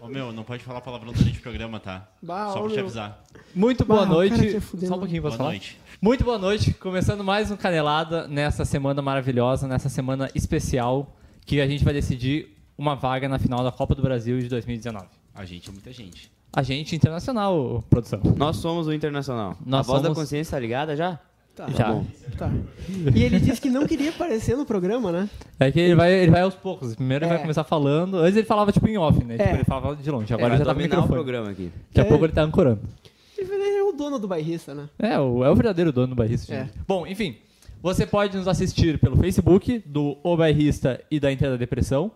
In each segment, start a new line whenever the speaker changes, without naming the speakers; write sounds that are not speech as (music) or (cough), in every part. Ô meu, não pode falar palavrão durante o programa, tá?
Bah,
Só
Ah, ô,
pra te
meu.
avisar.
Muito boa
Bah, Ah, o cara
noite.
quer fuder,
Só um
mano.
pouquinho, posso
Boa
falar?
noite.
Muito boa noite. Começando mais um Canelada nessa semana maravilhosa, nessa semana especial, que a gente vai decidir uma vaga na final da Copa do Brasil de 2019.
A gente é muita gente.
A gente internacional, produção.
Nós somos o Internacional.
Nós
a voz da
somos-
consciência tá ligada já?
Tá.
Já.
bom.
Tá. E ele disse que não queria aparecer no programa, né?
É que ele vai, ele vai aos poucos. Primeiro ele
É.
vai começar falando. Antes ele falava tipo em off, né?
É.
Tipo, ele falava de longe. Agora
é,
já
pra
tá no
dominar o
microfone.
programa aqui.
Daqui a
É.
pouco ele tá ancorando.
Ele é o dono do bairrista, né?
É, o, é o verdadeiro dono do bairrista.
É.
gente. Bom, enfim, você pode nos assistir pelo Facebook do O Bairrista e da Inter da Depressão,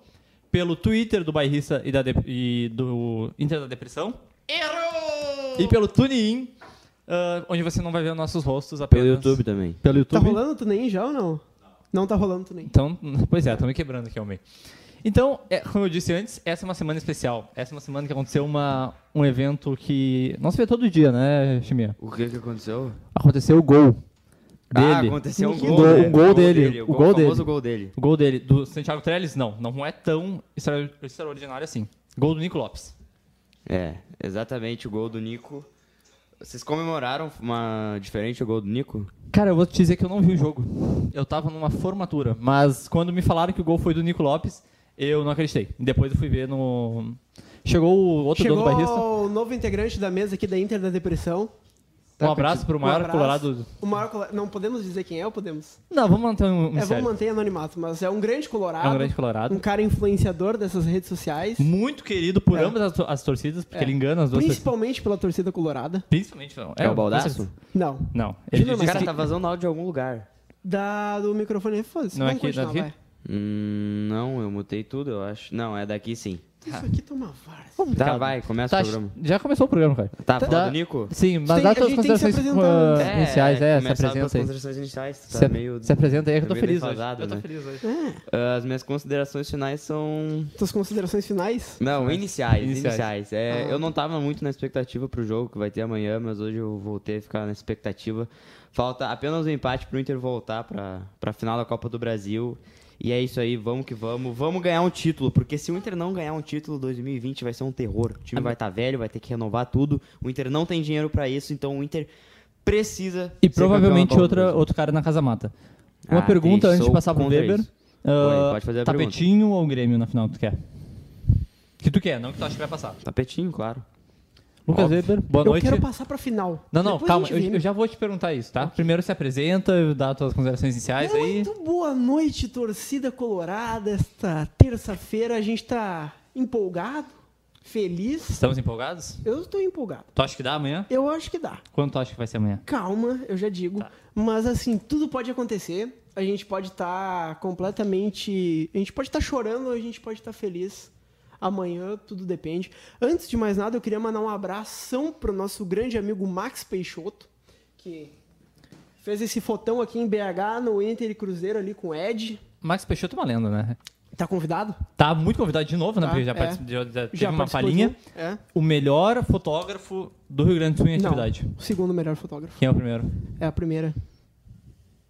pelo Twitter do Bairrista e, da Dep- e do Inter da Depressão,
Errou!
e pelo TuneIn, ah, onde você não vai ver nossos rostos apenas.
Pelo YouTube também.
Pelo
Tá
YouTube.
rolando tu nem já ou não? Não tá rolando tu nem.
Então, pois é, estão me quebrando aqui, homem. Então, é, como eu disse antes, essa é uma semana especial. Essa é uma semana que aconteceu uma, um evento que não se vê todo dia, né, Chimia?
O que que aconteceu?
Aconteceu o gol
Ah,
dele.
aconteceu um
Que
gol.
gol,
né?
um gol dele,
O
o gol
famoso
dele.
gol dele.
O gol dele, do Santiago Trellis, não. Não é tão extra- extraordinário assim. Gol do Nico Lopes.
É, exatamente o gol do Nico. Vocês comemoraram uma diferente o gol do Nico?
Cara, eu vou te dizer que eu não vi o jogo. Eu tava numa formatura, mas quando me falaram que o gol foi do Nico Lopes, eu não acreditei. Depois eu fui ver no. Chegou o outro
Chegou
dono do barrista.
o novo integrante da mesa aqui da Inter da Depressão.
Um abraço pro
Um
maior
abraço.
colorado.
O maior colorado. Não podemos dizer quem é, ou podemos?
Não, vamos manter um
É, vamos
mistério.
manter anonimato, mas é um grande colorado.
É um grande colorado.
Um cara influenciador dessas redes sociais.
Muito querido por
um- É.
ambas as, as torcidas, porque
É.
ele engana as duas torcidas.
Principalmente pela torcida colorada.
Principalmente não.
É, o baldaço?
Não.
Não. Ele
Júnior,
disse
mas
Cara,
que-
tá vazando áudio de algum lugar.
Da, do microfone foda-se.
Não é
Vamos
aqui, não é
continuar,
aqui?
vai.
Hum, não, eu mutei tudo, eu acho. Não, é daqui sim.
Isso aqui toma várzea.
Tá, vai, começa
Tá,
o programa.
Já começou o programa, cara.
Tá,
Tá.
fala do Nico?
Sim, mas
tem-
dá
a
tuas
gente tem que se
considerações
apresentar
ah,
antes.
iniciais, é, se
começar pelas
apresenta aí.
considerações iniciais, tá
se,
meio...
se apresenta aí que eu tô
meio
feliz hoje.
defasado, né?
feliz hoje.
Ah, As minhas considerações finais são...
Tuas considerações finais?
Não, iniciais,
Iniciais.
iniciais. É,
Ah.
Eu não tava muito na expectativa pro jogo que vai ter amanhã, mas hoje eu voltei a ficar na expectativa. Falta apenas um empate pro Inter voltar pra, pra final da Copa do Brasil. E é isso aí, vamos que vamos. Vamos ganhar um título, porque se o Inter não ganhar um título, 2020 vai ser um terror. O
Ah,
time vai estar velho, vai ter que renovar tudo. O Inter não tem dinheiro pra isso, então o Inter precisa.
E
ser campeão da
provavelmente
Copa do
outra,
Brasil.
outro cara na casa mata. Uma
Ah,
pergunta
triste,
antes de
sou
passar pro
contra
Weber.
isso.
Ah,
Pode- pode fazer a
tapetinho ou Grêmio na final que tu quer? Que tu quer, não que tu acha que vai passar.
Tapetinho, claro.
Lucas
Óbvio.
Weber, boa
eu
noite.
quero passar pra final.
Não, não,
Depois a
calma,
gente
eu,
vê.
eu já vou te perguntar isso, tá? Primeiro se apresenta, dá tuas considerações iniciais aí.
Muito boa noite, torcida colorada. Esta terça-feira a gente tá empolgado, feliz.
Estamos empolgados?
Eu tô empolgado.
Tu acha que dá amanhã?
Eu acho que dá.
Quanto tu acha que vai ser amanhã?
Calma, eu já digo.
Tá.
Mas assim, tudo pode acontecer. A gente pode estar completamente. A gente pode estar chorando ou a gente pode estar feliz. Amanhã, tudo depende. Antes de mais nada, eu queria mandar um abração pro nosso grande amigo Max Peixoto, que fez esse fotão aqui em BH, no Inter e Cruzeiro ali com o Ed.
Max Peixoto é uma lenda, né?
Tá convidado?
Tá muito convidado de novo, né?
Tá,
Porque já,
é.
participou- já, já teve uma
participou
palhinha.
de um- É.
O melhor fotógrafo do Rio Grande do Sul em
Não,
atividade.
o segundo melhor fotógrafo.
Quem é o primeiro?
É a primeira.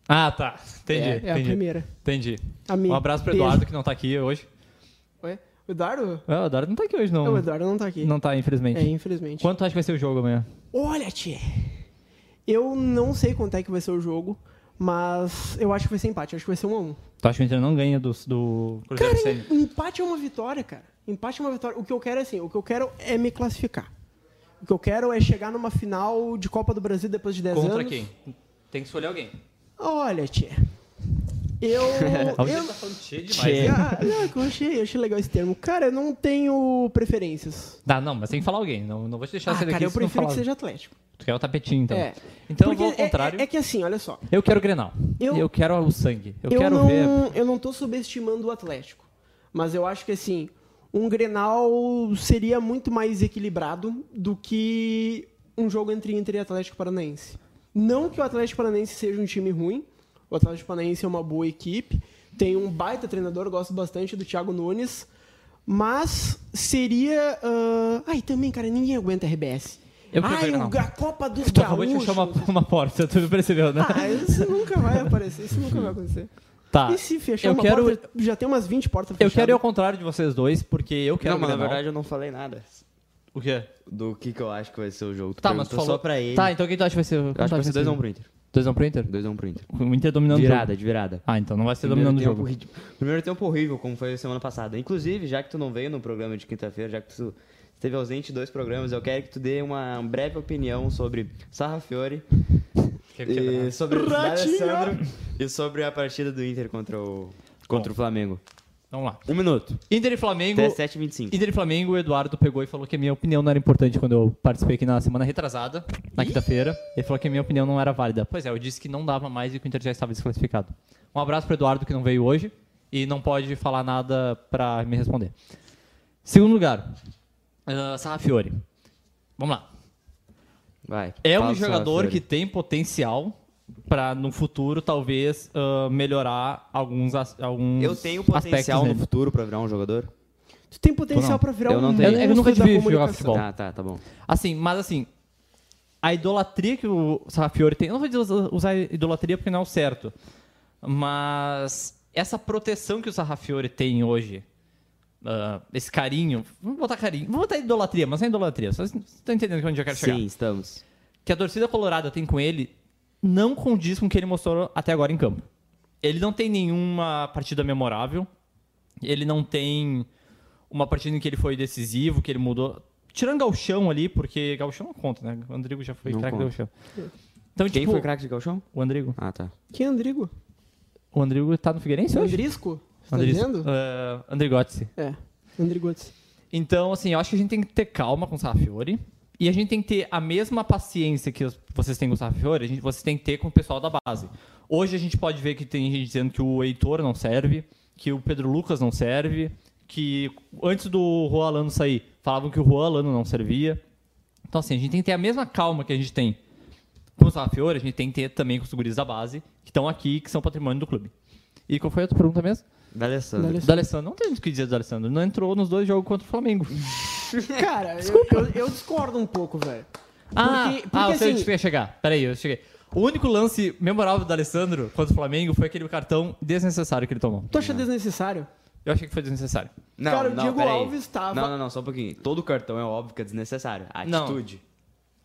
Ah, tá. Entendi.
É, é a
entendi.
primeira.
Entendi.
A minha.
Um abraço pro
Beijo.
Eduardo, que não tá aqui hoje.
Ué? O Eduardo?
É, o Eduardo não tá aqui hoje, não.
O Eduardo não tá aqui.
Não tá, infelizmente.
É, infelizmente.
Quanto acha que vai ser o jogo amanhã?
Olha, tchê. Eu não sei quanto é que vai ser o jogo, mas eu acho que vai ser empate. Acho que vai ser 1 a 1
Tu acha que o Inter não ganha do, do Cruzeiro
Cara,
Sênior?
em- empate é uma vitória, cara. Empate é uma vitória. O que eu quero é assim, o que eu quero é me classificar. O que eu quero é chegar numa final de Copa do Brasil depois de 10
Contra
anos.
quem? Tem que escolher alguém.
Olha, tchê.
(laughs)
Eu...
A gente
eu...
tá falando cheio demais.
Tchê.
né?
Ah, não, eu achei, eu achei legal esse termo. Cara, eu não tenho preferências.
Tá, não, mas tem que falar alguém. Não, não vou te deixar
Ah,
sair
cara,
daqui
eu
se não
prefiro que
falar.
seja Atlético.
Tu quer o tapetinho, então.
É.
Então eu
Porque
vou ao
é-
contrário.
É, é que assim, olha só.
Eu quero o Grenal. Eu,
Eu-
quero o sangue. Eu,
Eu,
quero
não,
ver...
eu não tô subestimando o Atlético. Mas eu acho que, assim, um Grenal seria muito mais equilibrado do que um jogo entre Inter e Atlético Paranaense. Não que o Atlético Paranaense seja um time ruim. O Atlético Paranaense é uma boa equipe. Tem um baita treinador, gosto bastante do Thiago Nunes. Mas seria... ah, Ai, também, cara, ninguém aguenta RBS.
Eu quero
Ai,
Grenal.
o- a Copa dos Ah,
Tu acabou de
Gaúchos.
(laughs) fechar uma, uma porta, tu percebeu, né?
Ah, isso nunca vai aparecer, isso nunca vai acontecer.
Tá.
E se fechar
eu
uma
quero-
porta, tá já tem umas 20 portas
Eu
fechadas.
quero ir ao contrário de vocês dois, porque eu quero
não, mas na
Grenal.
verdade eu não falei nada
O quê?
do que, que eu acho que vai ser o jogo. Tu
Tá, mas tu
perguntou
falou...
só pra ele.
Tá, então quem tu acha que vai ser?
eu acho que vai ser 2x1 um pro Inter.
2x1 pro Inter?
2x1 um pro Inter.
O Inter dominando o jogo.
Virada, de virada.
Ah, então não vai ser
Primeiro
dominando o
tempo,
jogo.
horrível- primeiro tempo horrível, como foi semana passada. Inclusive, já que tu não veio no programa de quinta-feira, já que tu esteve ausente de dois programas, eu quero que tu dê uma breve opinião sobre Sarra Fiore, e
(laughs)
sobre o Alessandro e sobre a partida do Inter contra o, contra o Flamengo.
Vamos lá.
Um minuto.
Inter e Flamengo.
Até 7h25.
Inter e Flamengo, o Eduardo pegou e falou que a minha opinião não era importante quando eu participei aqui na semana retrasada, na quinta-feira. Ele falou que a minha opinião não era válida. Pois é, eu disse que não dava mais e que o Inter já estava desclassificado. Um abraço pro Eduardo que não veio hoje e não pode falar nada pra me responder. Segundo lugar, uh, Sarrafiore. Vamos lá.
Vai.
É
fala
um
do Sarra
jogador
Fiore.
que tem potencial para no futuro talvez ah, melhorar alguns as- alguns
Eu tenho
aspectos
potencial no
nele.
futuro pra virar um jogador?
Tu tem potencial pra virar
Eu não
um
tenho.
monstro
Eu nunca te
da
vi jogar
comunicação.
futebol. Bom.
Tá, tá, tá bom.
Assim, mas assim, a idolatria que o Sarrafiori tem, eu não vou dizer- usar idolatria porque não é o certo, mas essa proteção que o Sarrafiori tem hoje, ah, esse carinho, vamos botar carinho, vamos botar idolatria, mas não é idolatria, vocês estão entendendo onde eu quero chegar.
Sim, estamos.
que a torcida colorada tem com ele não condiz com o que ele mostrou até agora em campo. Ele não tem nenhuma partida memorável. Ele não tem uma partida em que ele foi decisivo, que ele mudou. Tirando Galchão ali, porque Galchão não conta, né? O Andrigo já foi
Não
craque do
conta.
Galchão. Então,
Quem
tipo,
foi craque de Galchão?
o Andrigo.
Ah, tá.
Quem é Andrigo?
O Andrigo tá no Figueirense hoje?
Andrisco? Você tá
Andris-
dizendo?
Eh, Andrigotti.
É, Andrigotes.
Então, assim, eu acho que a gente tem que ter calma com o Sarrafiori. E a gente tem que ter a mesma paciência que os- vocês têm com o Sarrafiori, a gente, vocês têm que ter com o pessoal da base. Hoje a gente pode ver que tem gente dizendo que o Heitor não serve, que o Pedro Lucas não serve, que antes do Juan Alano sair, falavam que o Juan Alano não servia. Então, assim, a gente tem que ter a mesma calma que a gente tem com o Sarrafiori, a gente tem que ter também com os guris da base, que estão aqui, que são patrimônio do clube. E qual foi a tua pergunta mesmo?
Da Alessandro.
D'Alessandro.
Do Alessandro. Não temos o que dizer do Alessandro. Não entrou nos dois jogos contra o Flamengo. (laughs)
Cara, eu, eu- eu discordo um pouco, velho.
Ah,
Porque-
ah,
porque,
eu sei onde
assim-
eu ia chegar. Peraí, eu cheguei. O único lance memorável do Alessandro contra o Flamengo foi aquele cartão desnecessário que ele tomou.
Tu acha desnecessário?
Eu achei que foi desnecessário.
Não,
Cara, o Diego
peraí.
Alves tava-
Não, não, não, só um pouquinho. Todo cartão é óbvio que é desnecessário. A
Não.
Atitude.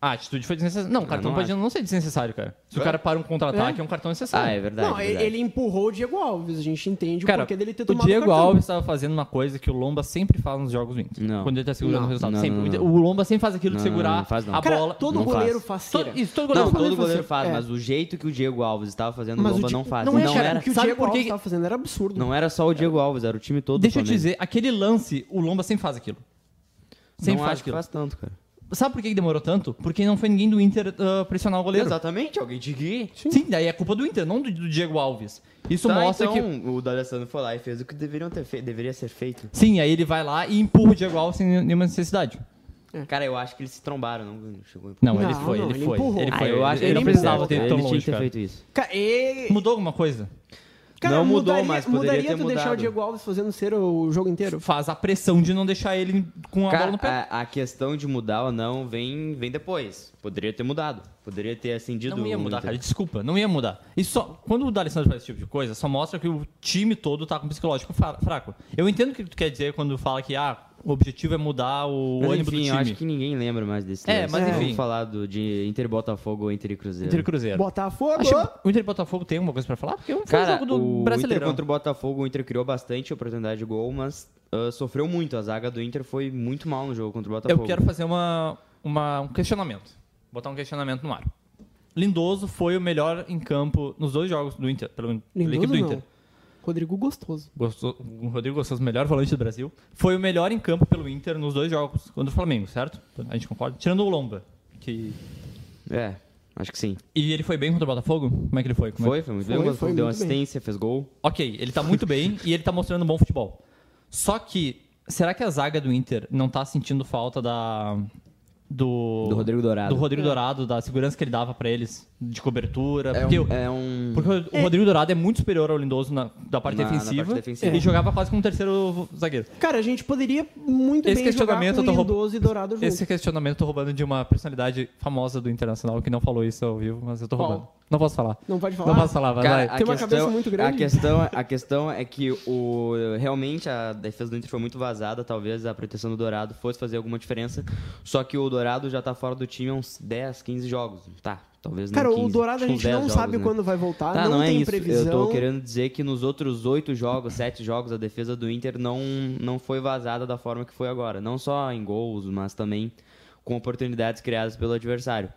Ah, a atitude foi desnecessária. Não, o cartão
não
pode
acho.
não ser desnecessário, cara. Se o
É?
cara para um contra-ataque,
É?
é, um cartão necessário.
Ah, é verdade.
não,
verdade.
ele empurrou o Diego Alves. A gente entende
Cara,
o porquê dele ter
o
tomado
Diego
cartão.
Alves estava fazendo uma coisa que o Lomba sempre faz nos jogos do Inter.
Não.
Quando ele tá segurando
Não.
o resultado.
Não,
sempre.
não,
O Inter-
não.
O Lomba sempre faz aquilo de
Não, não,
segurar
não, faz não.
a
Cara,
bola.
todo
não
goleiro
faz.
faz cera.
Todo- isso, todo goleiro
Não,
faz.
todo goleiro faz,
É.
mas o jeito que o Diego Alves estava fazendo,
Mas
o
o
Lomba
Di-
não faz.
não é, cara,
era,
O que o
Sabe
Diego
por que
Alves
que- é.
tava fazendo era absurdo.
não era só o Diego Alves, era o time todo do
Deixa eu te
Flamengo.
dizer, aquele lance, o Lomba sempre faz aquilo. Sempre
não
faz
acho que
aquilo.
faz tanto, cara.
Sabe por que que demorou tanto? Porque não foi ninguém do Inter ah, pressionar o goleiro.
Exatamente, alguém te guia.
Sim. daí é culpa do Inter, não do, do Diego Alves. Isso
Tá,
mostra
então,
que.
o D'Alessandro foi lá e fez o que deveriam ter feito, deveria ser feito.
Sim, aí ele vai lá e empurra o Diego Alves sem nenhuma necessidade.
Cara, eu acho que eles se trombaram, não chegou em...
Não,
Não,
ele foi,
não,
ele,
ele
foi.
empurrou.
Ele
Ah,
foi.
eu acho que
ele
ele
não precisava
empurrou,
ter ido
ele
tão
tinha
longe,
que ter
cara.
feito isso.
Ca- e-
Mudou alguma coisa?
Cara,
Não mudou,
mudaria,
mas poderia
mudaria
ter
tu deixar
mudado.
o Diego Alves fazendo cera o jogo inteiro?
Faz a pressão de não deixar ele com a bola
Cara,
no pé.
a, a questão de mudar ou não vem, vem depois. Poderia ter mudado. Poderia ter acendido
Não ia
o
mudar,
Inter.
cara. Desculpa, não ia mudar. E só, quando o D'Alessandro faz esse tipo de coisa, só mostra que o time todo tá com psicológico fra- fraco. Eu entendo o que tu quer dizer quando fala que ah, o objetivo é mudar o
Mas,
ânimo do
enfim,
time.
eu acho que ninguém lembra mais desse
É,
lance.
mas
Vamos
enfim.
falar do, de Inter e Botafogo ou Inter e Cruzeiro.
Inter e Cruzeiro.
Botafogo!
Acho que o Inter e Botafogo tem alguma coisa pra falar? Porque foi
Cara,
um jogo do
o Inter
brasileiro.
contra o Botafogo, o Inter criou bastante oportunidade de gol, mas ah, sofreu muito. A zaga do Inter foi muito mal no jogo contra o Botafogo.
Eu quero fazer uma, uma- um questionamento. Botar um questionamento no ar. Lindoso foi o melhor em campo nos dois jogos do Inter, pelo pela equipe
Lindoso
do
não.
Inter.
Rodrigo Gostoso.
Gostou- o Rodrigo Gostoso, melhor volante do Brasil, foi o melhor em campo pelo Inter nos dois jogos contra o Flamengo, certo? A gente concorda? Tirando o Lomba, que
É, acho que sim.
e ele foi bem contra o Botafogo? Como é que ele foi? Como é que-
Foi, foi muito bem. O
Foi,
Botafogo
foi
deu
muito bem.
assistência, fez gol.
Ok, ele tá muito (laughs) bem e ele tá mostrando bom futebol. Só que, será que a zaga do Inter não tá sentindo falta da. Do.
Do Rodrigo Dourado.
É. Do Rodrigo Dourado, da segurança que ele dava pra eles de cobertura.
É
porque,
um,
o-
é um-
porque o Rodrigo Dourado é muito superior ao Lindoso na, da parte
Na- na parte
defensiva.
defensiva.
Ele jogava quase como um terceiro zagueiro.
Cara, a gente poderia muito bem
Esse
jogar
questionamento
com
eu tô roub-
Lindoso e Dourado junto.
Esse questionamento eu tô roubando de uma personalidade famosa do Internacional que não falou isso ao vivo, mas eu tô
Qual?
roubando. Não posso falar.
Não pode falar?
Não posso falar, vai.
Cara,
vai.
a
Tem uma
questão-
cabeça muito grande.
A questão,
(laughs)
a questão é que o, realmente a defesa do Inter foi muito vazada. Talvez a proteção do Dourado fosse fazer alguma diferença. Só que o Dourado já tá fora do time há uns 10, 15 jogos. Tá, talvez não
Cara,
15,
o Dourado a
tipo,
gente
10
não
jogos,
sabe
né?
quando vai voltar,
Tá,
não,
é
tem
isso.
previsão.
Eu tô querendo dizer que nos outros oito jogos, sete jogos, a defesa do Inter não, não foi vazada da forma que foi agora. Não só em gols, mas também com oportunidades criadas pelo adversário.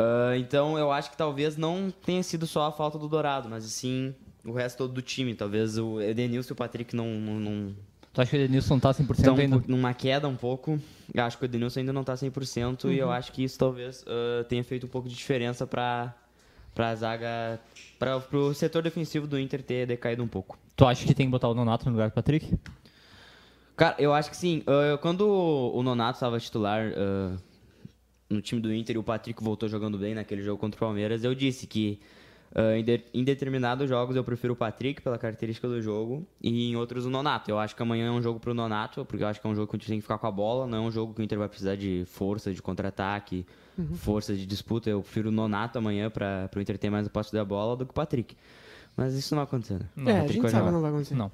Ah, então eu acho que talvez não tenha sido só a falta do Dourado, mas sim o resto todo do time. Talvez o Edenilson e o Patrick não, não, não
Tu acha que o Edenilson não tá 100%
estão
ainda?
um po- numa queda um pouco. Eu acho que o Edenilson ainda não tá 100% e eu acho que isso talvez ah, tenha feito um pouco de diferença pra, pra zaga, pra, pro setor defensivo do Inter ter decaído um pouco.
Tu acha que tem que botar o Nonato no lugar do Patrick?
Cara, eu acho que sim. Ah, quando o Nonato estava titular ah, no time do Inter e o Patrick voltou jogando bem naquele jogo contra o Palmeiras, eu disse que ah, em, de- em determinados jogos eu prefiro o Patrick pela característica do jogo e em outros o Nonato. Eu acho que amanhã é um jogo pro Nonato, porque eu acho que é um jogo que o Inter tem que ficar com a bola, não é um jogo que o Inter vai precisar de força, de contra-ataque,
Uhum.
força de disputa. Eu prefiro o Nonato amanhã para o Inter ter mais o posse da bola do que o Patrick. Mas isso não vai acontecer, né?
É, a
Patrick
gente
vai
sabe
jogar.
que não vai acontecer.
Não.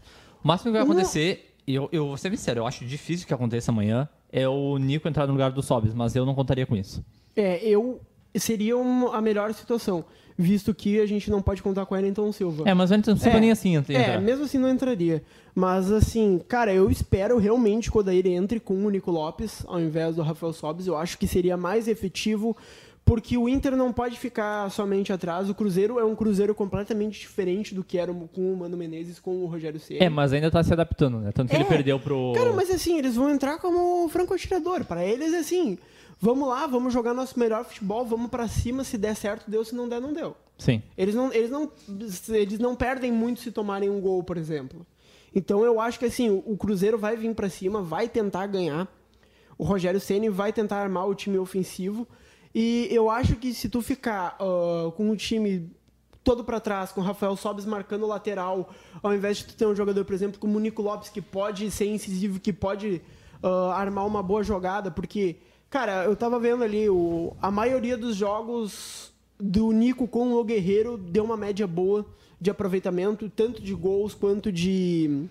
O máximo que vai
Não.
acontecer, e eu, eu vou ser bem sério, eu acho difícil que aconteça amanhã, é o Nico entrar no lugar do Sobis, mas eu não contaria com isso.
É, eu seria um- a melhor situação, visto que a gente não pode contar com o Wellington Silva.
É, mas o Wellington Silva nem assim entra.
É, mesmo assim não entraria. Mas assim, cara, eu espero realmente que o Odair entre com o Nico Lopes ao invés do Rafael Sobis. Eu acho que seria mais efetivo, porque o Inter não pode ficar somente atrás. O Cruzeiro é um Cruzeiro completamente diferente do que era o- com o Mano Menezes, com o Rogério Ceni.
É, mas ainda tá se adaptando, né? Tanto que ele perdeu pro...
É. Cara, mas assim, eles vão entrar como franco-atirador. Pra eles, assim, vamos lá, vamos jogar nosso melhor futebol, vamos pra cima. Se der certo, deu. Se não der, não deu.
Sim.
Eles não, eles, não, eles não perdem muito se tomarem um gol, por exemplo. Então eu acho que assim, o- o Cruzeiro vai vir pra cima, vai tentar ganhar. O Rogério Ceni vai tentar armar o time ofensivo. E eu acho que se tu ficar ah, com o time todo pra trás, com o Rafael Sobes marcando o lateral, ao invés de tu ter um jogador, por exemplo, como o Nico Lopes, que pode ser incisivo, que pode ah, armar uma boa jogada, porque, cara, eu tava vendo ali, o, a maioria dos jogos do Nico com o Guerreiro deu uma média boa de aproveitamento, tanto de gols quanto de,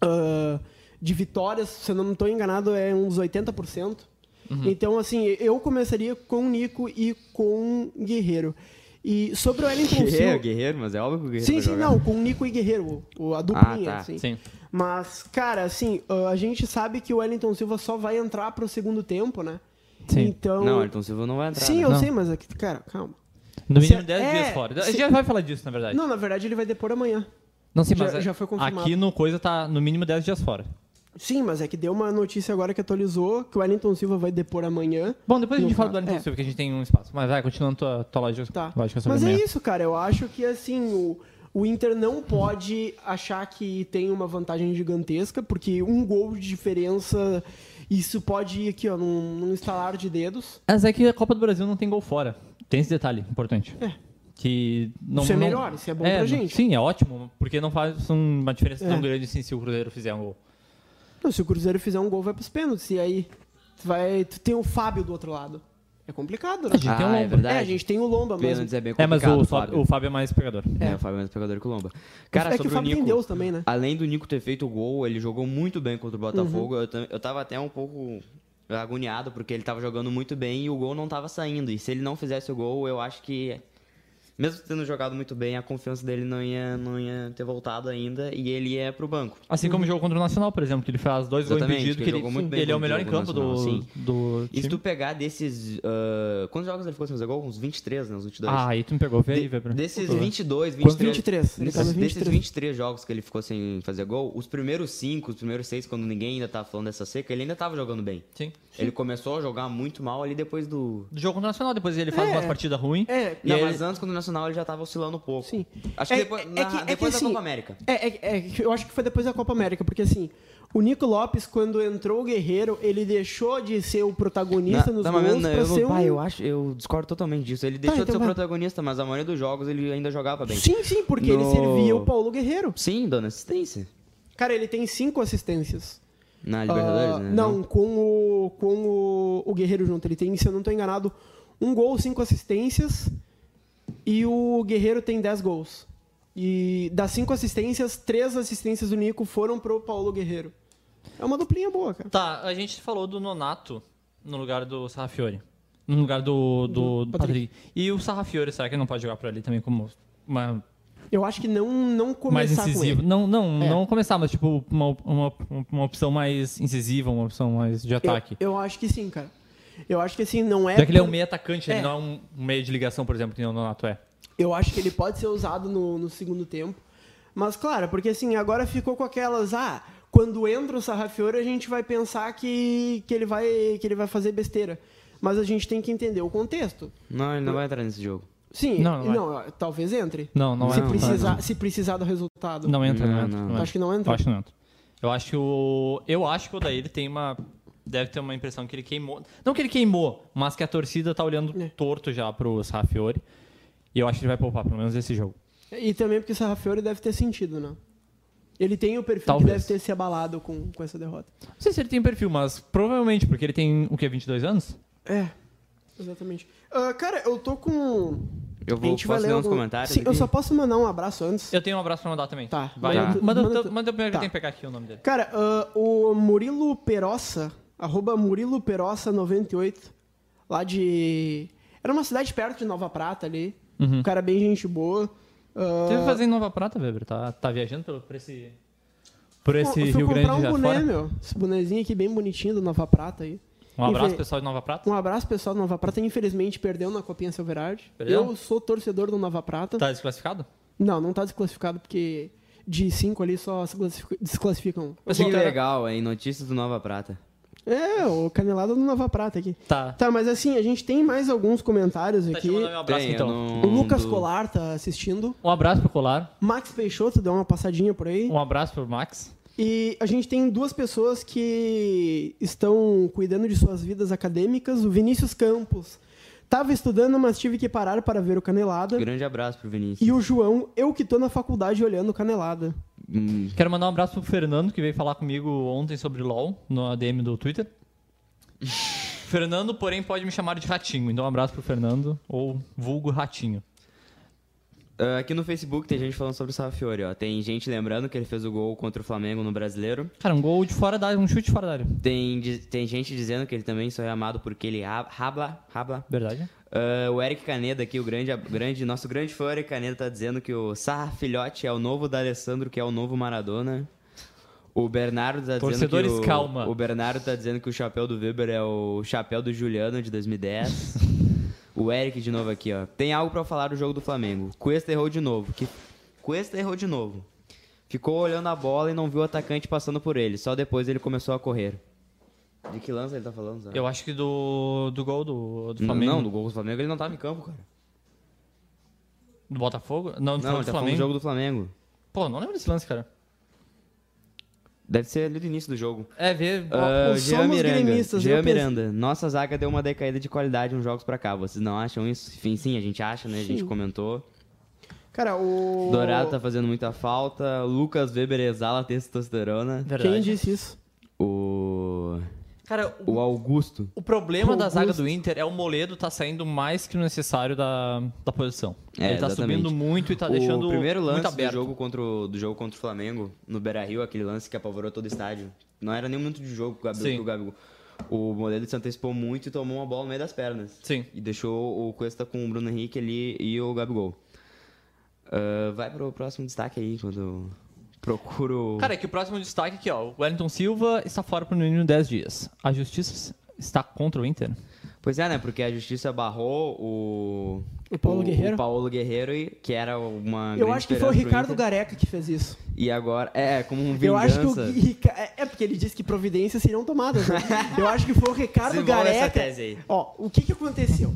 ah, de vitórias. Se eu não estou enganado, é uns 80%.
Uhum.
Então, assim, eu começaria com o Nico e com o Guerreiro. E sobre o Wellington
Guerreiro,
Silva...
guerreiro, mas (laughs) é óbvio que o guerreiro
Sim,
vai
sim,
jogar.
não, com o Nico e Guerreiro, o- a duplinha,
Ah, tá.
assim.
Sim.
Mas, cara, assim, ah, a gente sabe que o Wellington Silva só vai entrar pro segundo tempo, né?
Sim. tá
Então...
Não, Ayrton Silva não vai entrar.
Sim,
né?
eu
Não.
sei, mas aqui, cara, calma.
No mínimo
Se-
10
é,
dias fora. A
se-
gente já vai falar disso, na verdade.
Não, na verdade ele vai depor amanhã.
Não sei,
Já-
mas é-
já foi confirmado.
aqui no coisa tá no mínimo 10 dias fora.
Sim, mas é que deu uma notícia agora que atualizou que o Wellington Silva vai depor amanhã.
Bom, depois a gente
Não
fala
tá.
do
É.
Wellington Silva, que a gente tem um espaço. Mas vai, continuando tua, tua lógica,
Tá.
lógica sobre
Mas é
amanhã.
isso, cara. Eu acho que assim, o, o Inter não pode achar que tem uma vantagem gigantesca, porque um gol de diferença, isso pode ir aqui, ó, num, num estalar de dedos.
Mas é que a Copa do Brasil não tem gol fora. Tem esse detalhe importante.
É.
Que não,
Isso é
não-
melhor, isso é bom pra
não-
gente.
Sim, é ótimo, porque não faz um- uma diferença
É.
tão grande assim se o Cruzeiro fizer um gol.
Não, se o Cruzeiro fizer um gol, vai pros pênaltis. E aí tu vai, tu tem o Fábio do outro lado. É complicado, né?
A gente tem
Ah,
um
é
ombro.
verdade.
É, a gente tem o Lomba mesmo.
Pênaltis é bem
É, mas
complicado,
o,
Fábio.
Fábio. o Fábio é mais pegador.
É, o Fábio é mais pegador que o Lomba.
é
Cara,
que
sobre
o Fábio
Nico,
tem Deus também, né?
além do Nico ter feito o gol, ele jogou muito bem contra o Botafogo.
Uhum.
Eu, tam- eu tava até um pouco agoniado, porque ele tava jogando muito bem e o gol não tava saindo. E se ele não fizesse o gol, eu acho que... Mesmo tendo jogado muito bem, a confiança dele não ia, não ia ter voltado ainda e ele ia pro banco.
Assim
Uhum.
como o jogo contra o Nacional, por exemplo, que ele faz dois gols
Exatamente,
impedidos, que
que
ele,
ele jogou muito bem
ele é o
contra o
melhor em
jogo
campo do,
Nacional,
do
E se
time.
tu pegar desses... ah, quantos jogos ele ficou sem fazer gol? Uns 23, né? Uns 22.
Ah, aí tu me pegou. Vê aí, Uhum.
De-
vê pra mim.
Desses
Pô.
22,
Quanto?
23,
23, ele tá no
desses, desses
23.
23 jogos que ele ficou sem fazer gol, os primeiros 5, os primeiros 6, quando ninguém ainda tava falando dessa seca, ele ainda tava jogando bem.
Sim.
Ele começou a jogar muito mal ali depois do...
Do jogo contra o Nacional, depois ele faz
É.
umas partidas ruins.
É,
Não,
aí
mas antes, quando o Nacional, ele já tava oscilando um pouco.
Sim.
Acho que
É-
depois,
é
na-
que- é que
depois da
assim,
Copa América.
É, é, é, eu acho que foi depois da Copa América, porque assim, O Nico Lopes, quando entrou o Guerreiro, ele deixou de ser o protagonista nos
tá, mas
gols
não,
pra
eu, não-
ser um...
bah, eu acho, eu discordo totalmente disso. Ele deixou de
então
ser o
vai.
protagonista, mas a maioria dos jogos ele ainda jogava bem.
Sim, sim, porque ele
No-
servia o Paulo Guerreiro.
Sim, dona assistência.
Cara, ele tem cinco assistências.
Na Libertadores,
Ah,
né?
Não, com, o, com o, o Guerreiro junto. Ele tem, se eu não tô enganado, um gol, cinco assistências. E o Guerreiro tem dez gols. E das cinco assistências, três assistências do Nico foram pro Paulo Guerreiro. É uma duplinha boa, cara.
Tá, a gente falou do Nonato no lugar do Sarrafiore. No lugar do, do, do Patrick. E o Sarrafiore, será que ele não pode jogar por ali também como uma
Eu acho que não, não
mais
começar com
incisivo?
ele.
Não, não,
É.
não começar, mas tipo uma, uma, uma opção mais incisiva, uma opção mais de
Eu,
ataque.
eu acho que sim, cara. Eu acho que assim, não é.
Já que ele é um
por-
meio atacante,
É.
ele não é um um meio de ligação, por exemplo, que nem o Nonato é.
Eu acho que ele pode ser usado no, no segundo tempo. Mas, claro, porque assim, agora ficou com aquelas. Ah, quando entra o Sarrafiore, a gente vai pensar que, que, ele vai, que ele vai fazer besteira. Mas a gente tem que entender o contexto.
Não, ele não vai entrar nesse jogo.
Sim,
Não, não
talvez entre.
Não, não
se
é.
precisar, Se precisar do resultado.
Não é. entra,
Não,
não, entra.
não.
Não entra.
Acho que não
Eu
entra.
acho que não entra. Eu acho que o. Eu acho que o Daí tem uma. Deve ter uma impressão que ele queimou. Não que ele queimou, mas que a torcida tá olhando
É.
torto já pro Sarrafiore. E eu acho que ele vai poupar, pelo menos esse jogo.
E também porque o Sarrafiore deve ter sentido, né? Ele tem o perfil que
Talvez.
deve ter se abalado com, com essa derrota.
Não sei se ele tem perfil, mas provavelmente, porque ele tem o quê? 22 anos?
É, exatamente. Ah, cara, eu tô com.
Eu vou- posso ler uns comentários
Sim, eu
aqui?
só posso mandar um abraço antes.
Eu tenho um abraço pra mandar também.
Tá,
Vai.
manda
tu-
Manda,
manda
manda,
tu. Tá.
primeiro que eu tenho que pegar aqui o nome dele.
Cara, ah, o Murilo Perossa, arroba Murilo Perossa 98, lá de... Era uma cidade perto de Nova Prata ali. Um cara bem gente boa. Ah,
Teve que Uhum. fazer em Nova Prata, Weber. Tá, tá viajando pelo, por esse. Por esse
fui
Rio
comprar
Grande
um
já
boné,
fora.
meu. Esse bonezinho aqui bem bonitinho do Nova Prata aí.
Um abraço,
Enfim,
pessoal de Nova Prata.
Um abraço, pessoal do Nova Prata. Infelizmente, perdeu na Copinha Silverard.
Perdeu?
Eu sou torcedor do Nova Prata.
Tá desclassificado?
Não, não tá desclassificado, porque de cinco ali só se classifica- desclassificam.
Mas que é legal, hein? Notícias do Nova Prata.
É, o canelada do Nova Prata aqui.
Tá.
Tá, mas assim, a gente tem mais alguns comentários
Tá
aqui.
te mandando um abraço
Tem,
então.
eu
O
não-
Lucas
do-
Colar tá assistindo.
Um abraço pro Colar.
Max Peixoto deu uma passadinha por aí.
Um abraço pro Max.
E a gente tem duas pessoas que estão cuidando de suas vidas acadêmicas. O Vinícius Campos. Tava estudando, mas tive que parar para ver o Canelada.
Grande abraço pro Vinícius.
E o João, eu que tô na faculdade olhando o Canelada.
Hum,
Quero mandar um abraço pro Fernando, que veio falar comigo ontem sobre LOL no ADM do Twitter. (laughs) Fernando, porém, pode me chamar de Ratinho. Então, um abraço pro Fernando, ou vulgo Ratinho.
ah, aqui no Facebook tem gente falando sobre o Sarrafiori, ó. Tem gente lembrando que ele fez o gol contra o Flamengo no Brasileiro.
Cara, um gol de fora da área, um chute fora da área.
Tem, di- tem gente dizendo que ele também só é amado porque ele ra- rabla, rabla.
Verdade?
Ah, o Eric Caneda aqui, o grande, grande, nosso grande fã Eric Caneda tá dizendo que o Sarra Filhote é o novo D'Alessandro, que é o novo Maradona. O Bernardo tá
Torcedores,
dizendo que o,
calma.
o Bernardo tá dizendo que o chapéu do Weber é o chapéu do Juliano de 2010.
(laughs)
o Eric de novo aqui, ó. Tem algo pra falar do jogo do Flamengo. Cuesta errou de novo. Que Cuesta errou de novo. Ficou olhando a bola e não viu o atacante passando por ele. Só depois ele começou a correr. De que lança ele tá falando? Zé?
Eu acho que do, do gol do, do
Não,
Flamengo.
Não, do gol do Flamengo ele não tava em campo, cara.
Do Botafogo? Não, do,
Não, ele
do
tá falando do
Flamengo.
jogo do Flamengo.
Pô, não lembro desse lance, cara.
Deve ser ali do início do jogo.
É, ver.
Ah,
somos
Jean Miranda.
gremistas,
Jean
eu penso-
Miranda. Nossa zaga deu uma decaída de qualidade uns jogos pra cá. Vocês não acham isso? Enfim, sim, a gente acha, né? A gente
Sim.
comentou.
Cara, o.
Dourado tá fazendo muita falta. Lucas Weber exala testosterona.
verdade.
Quem disse isso?
O.
Cara, o,
O Augusto.
o problema da
Augusto.
zaga do Inter é o Moledo tá saindo mais que o necessário da, da posição.
É,
Ele tá
exatamente.
subindo muito e tá
o
deixando
primeiro lance
muito
do
aberto.
jogo, contra o, do jogo contra o Flamengo, no Beira Rio, aquele lance que apavorou todo o estádio. Não era nem um minuto de jogo que o Gabigol.
Sim.
que o Gabigol- O modelo se antecipou muito e tomou uma bola no meio das pernas.
Sim.
E deixou o Cuesta com o Bruno Henrique ali e o Gabigol. Ah, vai pro próximo destaque aí, quando eu procuro...
Cara, é que o próximo destaque aqui, ó. O Wellington Silva está fora por no mínimo 10 dias. A justiça está contra o Inter?
Pois é, né? Porque a justiça barrou o...
O Paulo Guerreiro?
O Paulo Guerreiro, e- que era uma
Eu
grande
acho que foi o
esperança pro
Ricardo
Inter.
Gareca que fez isso.
E agora... É, como um vingança.
Eu acho que o Rica... é- É porque ele disse que providências seriam tomadas. né? Eu acho que foi o Ricardo
Desenvolve essa
Gareca.
tese aí.
Ó, o que que aconteceu?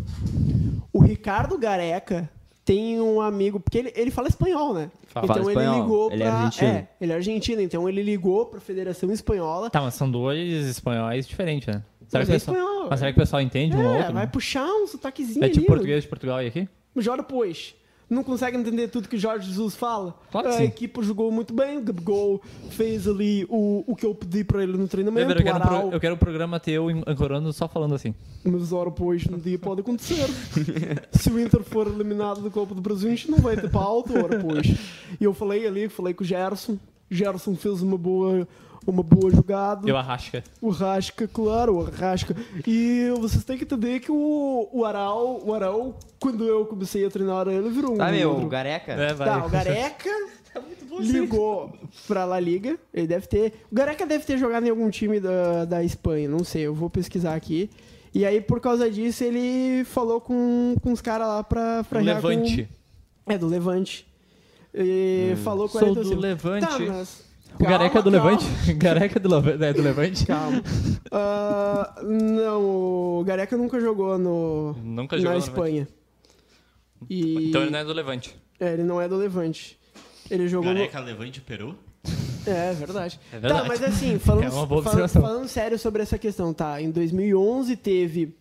O Ricardo Gareca tem um amigo, porque ele, ele fala espanhol, né?
Fala
então ele
espanhol,
ligou pra.
ele é argentino.
é, ele é argentino, então ele ligou pra Federação Espanhola.
Tá, mas são dois espanhóis diferentes, né?
Mas
Será que
é
o pessoal-
espanhol.
mas será que o pessoal entende um ao
é,
outro?
vai
né?
puxar um sotaquezinho
É
ali,
tipo
mano.
português de Portugal e aqui?
Jora, pois. Não consegue entender tudo que o Jorge Jesus fala?
Claro que
a
sim.
equipe jogou muito bem, o Gabigol fez ali o, o que eu pedi pra ele no treinamento.
Weber, eu,
o
quero um pro-
Aral,
eu quero um programa teu em- ancorando só falando assim.
Mas ora, pois, no dia pode acontecer. Se o Inter for eliminado da Copa do Brasil, a gente não vai ter pauta, ora, pois. E eu falei ali, falei com o Gerson. Gerson fez uma boa, uma boa jogada.
Eu arrasca.
O Rasca, claro, o Rasca. E vocês têm que entender que o, o Aral, o Aral, quando eu comecei a treinar ele, virou um. (laughs)
Ah, meu,
outro.
o Gareca.
É, vai.
Tá, o
(laughs)
Gareca ligou pra La Liga. Ele deve ter. O Gareca deve ter jogado em algum time da, da Espanha, não sei, eu vou pesquisar aqui. E aí, por causa disso, ele falou com, com os caras lá pra, pra já com-
Levante. Hum.
É, do Levante. E falou com
Sou
ele, então,
do Levante.
Tá, mas...
O Gareca é do
Calma,
Levante? (laughs) Gareca é do, Leva- é do Levante? (laughs)
Calma. Ah, não, o Gareca nunca jogou no.
Nunca
na
jogou no
Espanha. E-
Então ele não é do Levante.
é, ele não é do Levante. Ele jogou no,
Gareca Levante Peru?
É verdade.
É verdade.
Tá, mas assim, falando,
(laughs) É uma boa
falando,
observação.
falando sério sobre essa questão, tá? Em 2011 teve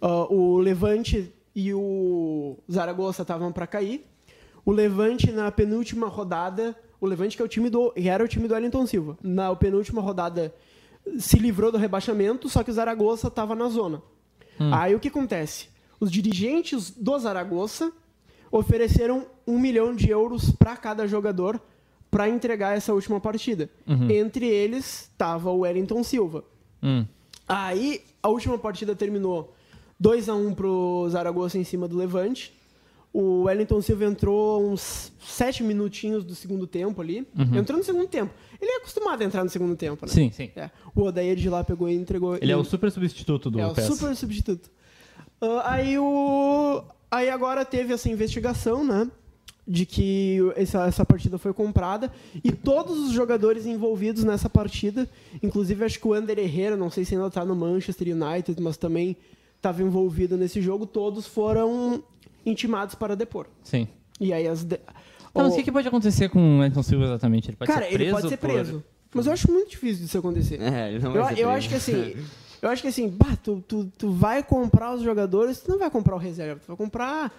ah, o Levante e o Zaragoza estavam pra cair. O Levante na penúltima rodada, o Levante que é o time do, que era o time do Wellington Silva, na penúltima rodada se livrou do rebaixamento, só que o Zaragoza tava na zona. Aí o que acontece? Os dirigentes do Zaragoza ofereceram um milhão de euros para cada jogador para entregar essa última partida. Entre eles estava o Wellington Silva.
Hum.
Aí a última partida terminou 2 a 1 pro Zaragoza em cima do Levante. O Wellington Silva entrou uns sete minutinhos do segundo tempo ali. Entrou no segundo tempo. Ele é acostumado a entrar no segundo tempo, né?
Uhum. Sim, sim.
É. O Odair de lá pegou e entregou.
Ele é
e-
o super substituto do
é o
PES.
super substituto. Ah, aí o. Aí agora teve essa investigação, né? De que essa, essa partida foi comprada. E todos os jogadores envolvidos nessa partida, inclusive acho que o Ander Herrera, não sei se ainda tá no Manchester United, mas também estava envolvido nesse jogo, todos foram intimados para depor.
Sim.
E aí as. de-
Então, mas
o-
o que, que pode acontecer com o Edson Silva exatamente? Ele pode
Cara,
ser preso?
ele pode ser
por-
preso. Mas eu acho muito difícil disso acontecer.
É, ele não vai
Eu,
ser
eu
preso.
acho que assim,
(laughs)
eu acho que assim, bah, tu, tu, tu vai comprar os jogadores, tu não vai comprar o reserva, tu vai comprar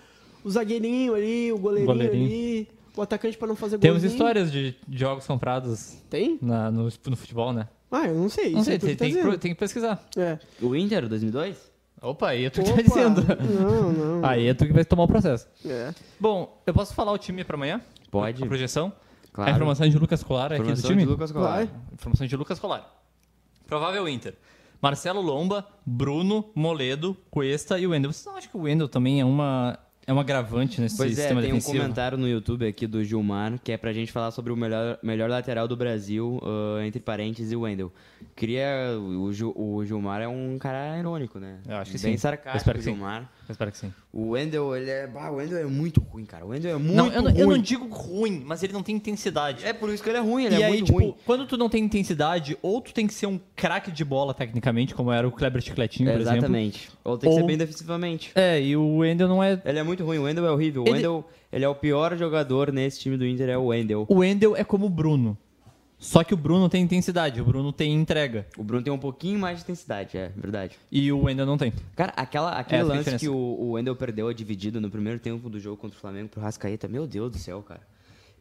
o zagueirinho ali, o goleirinho,
Goleirinho.
ali, o atacante pra não fazer
Temos
golzinho.
histórias de de jogos comprados
Tem?
na- no, no futebol, né?
Ah, eu não sei.
Não
isso
sei,
é tu que
tem,
tá
tem que, pro-
dizendo.
tem que pesquisar.
É.
(laughs) O Inter, 2002?
Opa, aí é tu que tá
Opa,
dizendo.
Não, não.
Aí é tu que vai tomar o processo.
É.
Bom, eu posso falar o time pra amanhã?
Pode.
A projeção?
Claro.
A informação é de Lucas Colar aqui do
Informação
time?
de Lucas Colar.
Vai.
Informação de Lucas Colar. Provável Inter. Marcelo Lomba, Bruno, Moledo, Cuesta e o Wendel. Vocês não acham que o Wendel também é uma, é um agravante nesse
Pois é,
sistema
tem
defensivo?
um comentário no YouTube aqui do Gilmar, que é pra gente falar sobre o melhor, melhor lateral do Brasil, ah, entre parênteses, e o Wendel. Queria... O, Gil- o Gilmar é um cara irônico, né?
Eu acho que
Bem
sim.
sarcástico,
Eu espero que sim.
Gilmar.
Eu espero que sim.
O Wendel, ele é... Bah, o Wendel é muito ruim, cara. O Wendel é muito
Não, eu, não-
ruim.
eu não digo ruim, mas ele não tem intensidade.
É por isso que ele é ruim, ele
e
é
aí,
muito
tipo,
ruim.
quando tu não tem intensidade, ou tu tem que ser um craque de bola tecnicamente, como era o Kleber Chicletinho, por exemplo.
Exatamente. Ou tem que ser
Ou-
bem defensivamente.
É, e o Wendel não é.
Ele é muito ruim, o Wendel é horrível. O
Ele-
Wendel, ele é o pior jogador nesse time do Inter, é o Wendel.
O Wendel é como o Bruno. Só que o Bruno tem intensidade, o Bruno tem entrega.
O Bruno tem um pouquinho mais de intensidade, é verdade.
E o Wendel não tem.
Cara, aquela, aquele
É, tem
lance
diferença.
que o, o Wendel perdeu a dividida no primeiro tempo do jogo contra o Flamengo pro Rascaeta, meu Deus do céu, cara.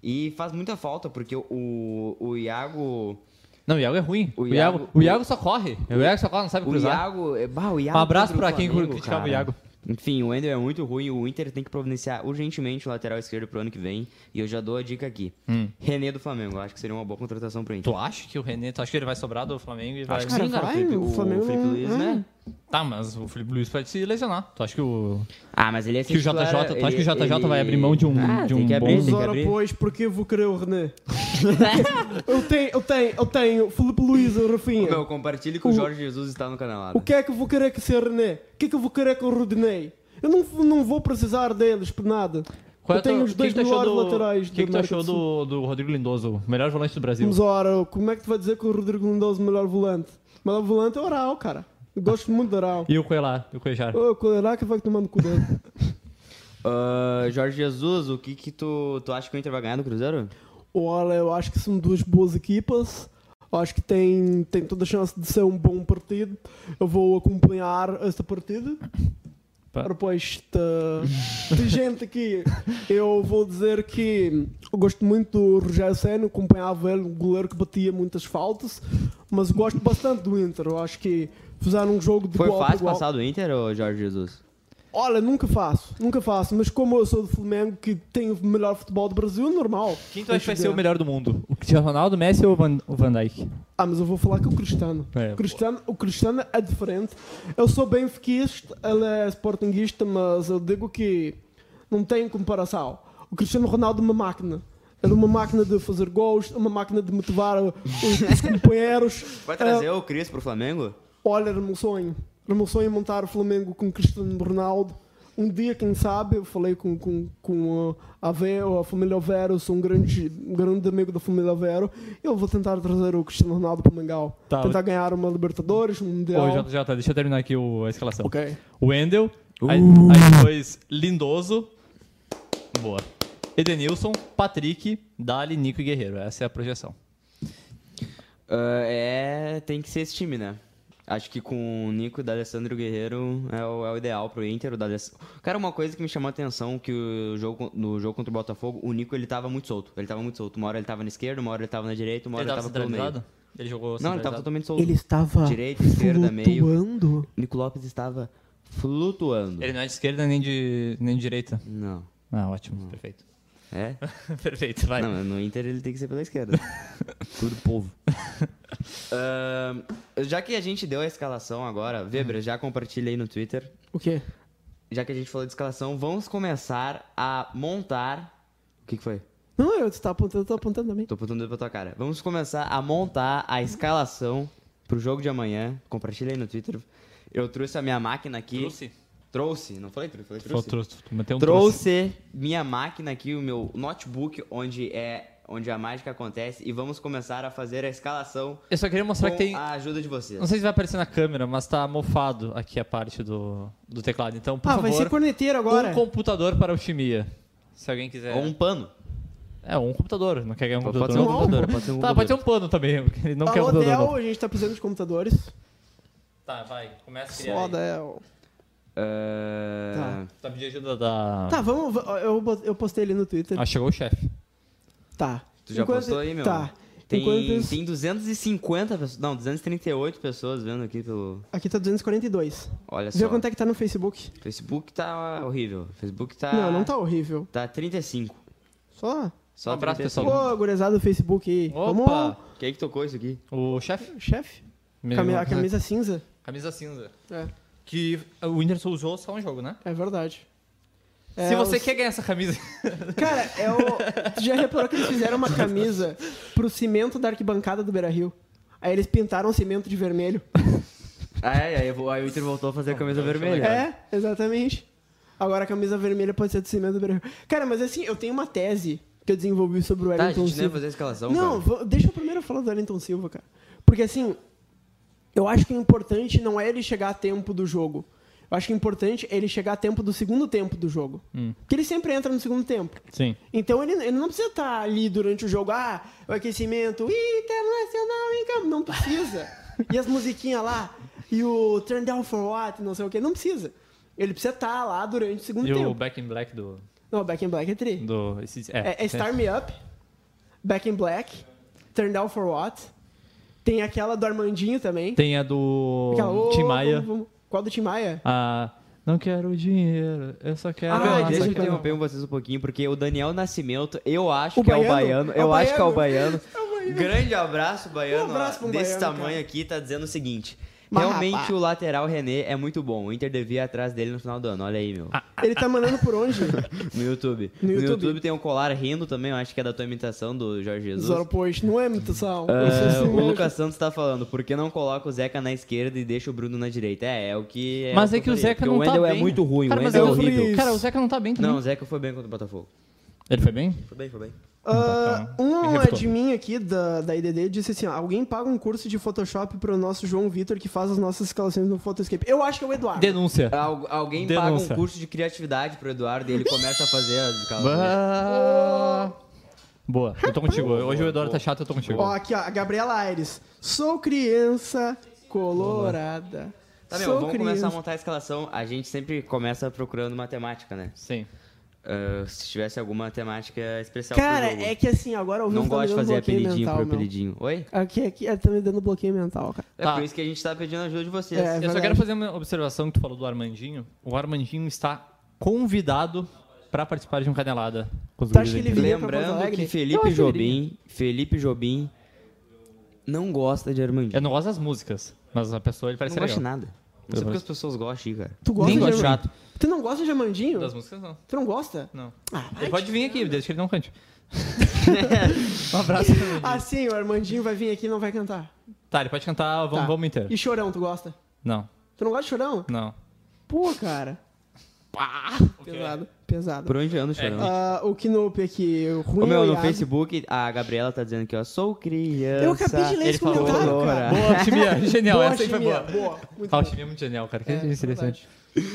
E faz muita falta, porque o, o Iago.
Não, o Iago é ruim.
O
O
Iago-
Iago, o Iago só corre. O Iago só corre, não sabe
O
cruzar.
Iago, é- bah, o Iago.
Um abraço
contra o
pra quem
Flamengo,
criticava
cara.
o Iago.
Enfim, o Wendel é muito ruim. O Inter tem que providenciar urgentemente o lateral esquerdo pro ano que vem. E eu já dou a dica aqui:
Hum.
René do Flamengo. eu Acho que seria uma boa contratação pro Inter.
Tu acha que o René, tu acha que ele vai sobrar do Flamengo e vai.
Acho que
um Cara,
sim, cara.
vai,
o Felipe,
o
o
Flamengo
Felipe
não-
Luiz,
é.
né?
Tá, mas o Felipe Luiz pode se lesionar. Tu acha que o.
Ah, mas ele Ah, é
Que o JJ, tu acha que o JJ vai abrir mão de um- de um bom-
bom...
Mas ora, pois, por que eu vou querer o
(laughs)
René? eu tenho, eu tenho, eu tenho Felipe Luiz, o Rafinha.
Meu, compartilhe que o
O-
Jorge Jesus está no canal.
O que é que eu vou querer que seja René? O que é que eu vou querer que o Rudinei? Eu não, não vou precisar deles por nada.
é
eu tenho os dois melhores laterais
O que, que tu
América
achou
Sul.
do, do Rodrigo Lindoso, o melhor volante do Brasil?
Mas ora, como é que tu vai dizer que o Rodrigo Lindoso é o melhor volante? O melhor volante é o Oral, cara. Eu gosto muito do Oral. Oh, é
E o Coelar, e o Coejar.
Ô, Colerá que vai tomando cuidado.
Ah, Jorge Jesus, o que que tu, tu acha que o Inter vai ganhar do Cruzeiro?
Olha, eu acho que são duas boas equipas. Eu Acho que tem, tem toda a chance de ser um bom partido. Eu vou acompanhar esta partida.
Pá.
Proposta de gente aqui. Eu vou dizer que eu gosto muito do Rogério Senna, acompanhava ele, um goleiro que batia muitas faltas, mas eu gosto bastante do Inter. Eu acho que fizeram um jogo de
Foi
igual para
fácil
igual.
passar do Inter ou Jorge Jesus?
Olha, nunca faço, nunca faço, mas como eu sou do Flamengo, que tem o melhor futebol do Brasil, normal.
Quem tu acha que vai
Deixa
ser
eu
o
ver.
melhor do mundo? O Cristiano Ronaldo, Messi ou o Van, o Van Dijk?
Ah, mas eu vou falar que o Cristiano.
É,
o, Cristiano o Cristiano é diferente. Eu sou benfiquista, ele é sportinguista, mas eu digo que não tem comparação. O Cristiano Ronaldo é uma máquina. Ele é uma máquina de fazer gols, é uma máquina de motivar os, os companheiros.
Vai trazer
É,
o Cris pro Flamengo?
olha, era o meu sonho. Era o meu sonho montar o Flamengo com o Cristiano Ronaldo. Um dia, quem sabe, eu falei com, com, com a Vero, a família Vero, eu sou um grande, um grande amigo da família Vero. Eu vou tentar trazer o Cristiano Ronaldo para o Mengau.
Tá,
tentar ganhar uma Libertadores, um Mundial.
Ô, já, já tá, deixa eu terminar aqui o- a escalação.
Ok.
O Wendel, aí, aí depois Lindoso. Boa. Edenilson, Patrick, Dali, Nico e Guerreiro. Essa é a projeção.
Ah, é, tem que ser esse time, né? Acho que com o Nico e o D'Alessandro Guerreiro é o, é o ideal pro Inter. O D'Aless- Cara, uma coisa que me chamou a atenção, que o jogo, con- no jogo contra o Botafogo, o Nico ele tava muito solto. Ele tava muito solto. Uma hora ele tava na esquerda, uma hora ele tava na direita, uma hora
Ele
ele,
tava
tava pelo meio.
centralizado? Ele jogou
Não, ele tava
centralizado?
totalmente solto.
Ele estava
Direita, esquerda, meio.
flutuando.
Nico Lopes estava flutuando.
Ele não é de esquerda nem de, nem de direita.
Não.
Ah, ótimo. Perfeito. (laughs)
É?
Perfeito, vai.
Não, é. mas no Inter ele tem que ser
(laughs)
pela esquerda. Tudo povo. Ahn, já que a gente deu a escalação agora,
Uhum.
Weber, já compartilha aí no Twitter.
O quê?
Já que a gente falou de escalação, vamos começar a montar. O que, que foi?
Não, eu estou apontando, estou apontando também.
Tô apontando o dedo pra tua cara. Vamos começar a montar a escalação pro jogo de amanhã. Compartilha aí no Twitter. Eu trouxe a minha máquina aqui.
Trouxe?
Trouxe, não falei, trouxe, falei
Trouxe.
trouxe.
trouxe. tu
Então,
meteu um trouxe.
trouxe minha máquina aqui, o meu notebook, onde é onde a mágica acontece, e vamos começar a fazer a escalação
Eu só queria mostrar
com
que tem...
a ajuda de
Não
vocês.
sei se vai aparecer na câmera, mas tá mofado aqui a parte do, do teclado. Então, por
ah, vai ser
favor,
corneteiro agora.
um computador para o Chimia. Se alguém quiser...
Ou um pano.
É, um computador. Não quer ganhar um
Pode
computador.
ser um
não.
computador, pode ser um
Tá, pode ter
computador.
um pano também. porque Ele não quer um
Alô,
computador.
Dell,
novo.
a gente está precisando de computadores. é
Tá, vai. Começa a criar
Só
aí.
Dell.
Ah,
Tá pedindo ajuda da...
Tá, vamos, va- eu, bo- eu postei ele no Twitter.
Ah, chegou o chefe.
Tá.
Tu já
Enquanto-
postou aí, meu?
Tá.
Tem,
Enquanto isso-
tem 250 pessoas. Não, 238 pessoas vendo aqui pelo.
Aqui tá 242.
Olha só.
Vê quanto é que tá no Facebook.
Facebook tá horrível. Facebook tá.
Não, não tá horrível.
Tá 35.
Só.
Só
Um abraço,
35.
Ô, gurizada do Facebook aí.
Opa!
Quem é que tocou isso aqui?
O chefe?
Vamos, chefe. Cami- a camisa cinza.
Camisa cinza.
É,
Que o Whindersson usou só um jogo, né?
é verdade.
Se
É,
você
os-
quer ganhar essa camisa...
(laughs) Cara, é o... tu já reparou que eles fizeram uma camisa pro cimento da arquibancada do Beira Rio? Aí eles pintaram o cimento de vermelho.
Ah, é, aí, eu vou- aí o Inter voltou a fazer a camisa vermelha.
É, exatamente. Agora a camisa vermelha pode ser do cimento do Beira Rio. Cara, mas assim, eu tenho uma tese que eu desenvolvi sobre o
Tá, a
Wellington
gente não ia
Silva.
fazer a escalação.
Não,
Então, cara.
va- deixa eu primeiro falar do Wellington Silva, cara. Porque assim, eu acho que o importante não é ele chegar a tempo do jogo. Eu acho que o importante é ele chegar a tempo do segundo tempo do jogo. Porque ele sempre entra no segundo tempo.
Sim.
Então ele, ele não precisa estar ali durante o jogo, ah, o aquecimento, internacional, em campo. Não precisa. e as musiquinhas lá, e o turn down for what, não sei o que, não precisa. Ele precisa estar lá durante o segundo
E o
tempo.
Back in Black do...
Não, back in black é tri.
do esse,
É, é Star Me Up, Back in Black, Turn Down for What. Tem aquela do Armandinho também.
Tem a do
aquela, "Ô,
Tim Maia.
vamos, vamos". Qual do Tim Maia?
A Ah, Não quero dinheiro, eu só quero.
Ah,
Ah,
a
deixa
massa.
eu
sacana.
interromper vocês um pouquinho, porque o Daniel Nascimento, eu acho
O
que é o
baiano?
baiano. Eu
É o
acho que é o
baiano. (laughs)
baiano. Grande abraço, baiano.
Um abraço pra um
desse
baiano,
tamanho
cara.
aqui, tá dizendo o seguinte.
Mas,
Realmente
rapaz.
o lateral René é muito bom. O Inter devia ir atrás dele no final do ano. Olha aí, meu.
Ah.
Ele tá mandando por
(laughs)
onde?
No YouTube.
No
No YouTube.
YouTube.
tem um colar rindo também, eu acho que é da tua imitação do Jorge Jesus.
Zoro Post, não é imitação.
Ah,
Eu sou assim
o
mesmo.
Lucas Santos tá falando, por que não coloca o Zeca na esquerda e deixa o Bruno na direita? É, é o que. É
Mas
eu
é que o
faria,
Zeca
porque
não
o
tá
Wendel é
bem.
muito ruim,
Cara,
o
mas
Wendel é
eu-
horrível.
Cara, o Zeca não tá bem também.
Não, o Zeca foi bem contra o Botafogo.
Ele foi bem? Então tá,
Foi bem, foi bem.
Ah, um
refutou.
admin aqui da, da IDD disse assim: ó, alguém paga um curso de Photoshop pro nosso João Vitor que faz as nossas escalações no Photoscape. Eu acho que é o Eduardo.
Denúncia.
Al- alguém paga
Denúncia.
um curso de criatividade pro Eduardo e ele começa a fazer as escalas.
Bah. Boa, eu tô contigo. Hoje o Eduardo tá chato, eu tô contigo.
Ó, aqui, ó, a Gabriela Aires. Sou criança colorada.
Tá, meu,
Sou
vamos
criança.
começar a montar a escalação. A gente sempre começa procurando matemática, né?
Sim.
Ah, se tivesse alguma temática especial
Cara,
pro jogo.
é que assim, agora o tá
Não
me
gosto de
dando
fazer
bloqueio
apelidinho
mental,
por
meu.
apelidinho. Oi?
Aqui, aqui, é, tá me dando bloqueio mental, cara.
É
Tá.
por isso que a gente tá pedindo ajuda de vocês.
É.
eu só
verdade.
quero fazer uma observação que tu falou do Armandinho. O Armandinho está convidado pra participar de um canelada. com os
Tu acha
guris
que ele
aqui.
viria pra Porto
Lembrando
Alegre?
que
Eu
Felipe
acho que ele
Jobim, Felipe Jobim não gosta de Armandinho.
Eu não gosto das músicas, mas a pessoa ele
Não
parece
gosta de
legal.
nada. Não sei
Eu
porque
gosto.
as pessoas gostam, aí, cara.
Tu gosta
Nem
de
gosto de
Armandinho?
chato.
Tu não gosta de Amandinho?
Das músicas não.
Tu não gosta?
Não.
Ah,
Ele pode vir aqui, desde que ele
(laughs)
não cante. um abraço.
Ah, sim, o Armandinho vai vir aqui e não vai cantar.
Tá, ele pode cantar Vamos,
Tá.
vamos inteiro.
E Chorão, tu gosta?
Não,
Tu não gosta de Chorão?
não.
Pô, cara. Pesado, pesado.
Por onde anda,
É,
chorando?
Ah, o Knope aqui, o ruim
Ô, meu,
é o
no
Iago.
Facebook, a Gabriela tá dizendo que eu sou criança.
Eu acabei de ler
Ele
esse
falou,
comentário,
"Loura".
cara.
(laughs) Boa,
(laughs)
Timia. Genial, essa aí foi
Chimia,
boa.
boa. Muito
Ah, o
boa.
Timia é muito genial, cara. Que
É,
interessante.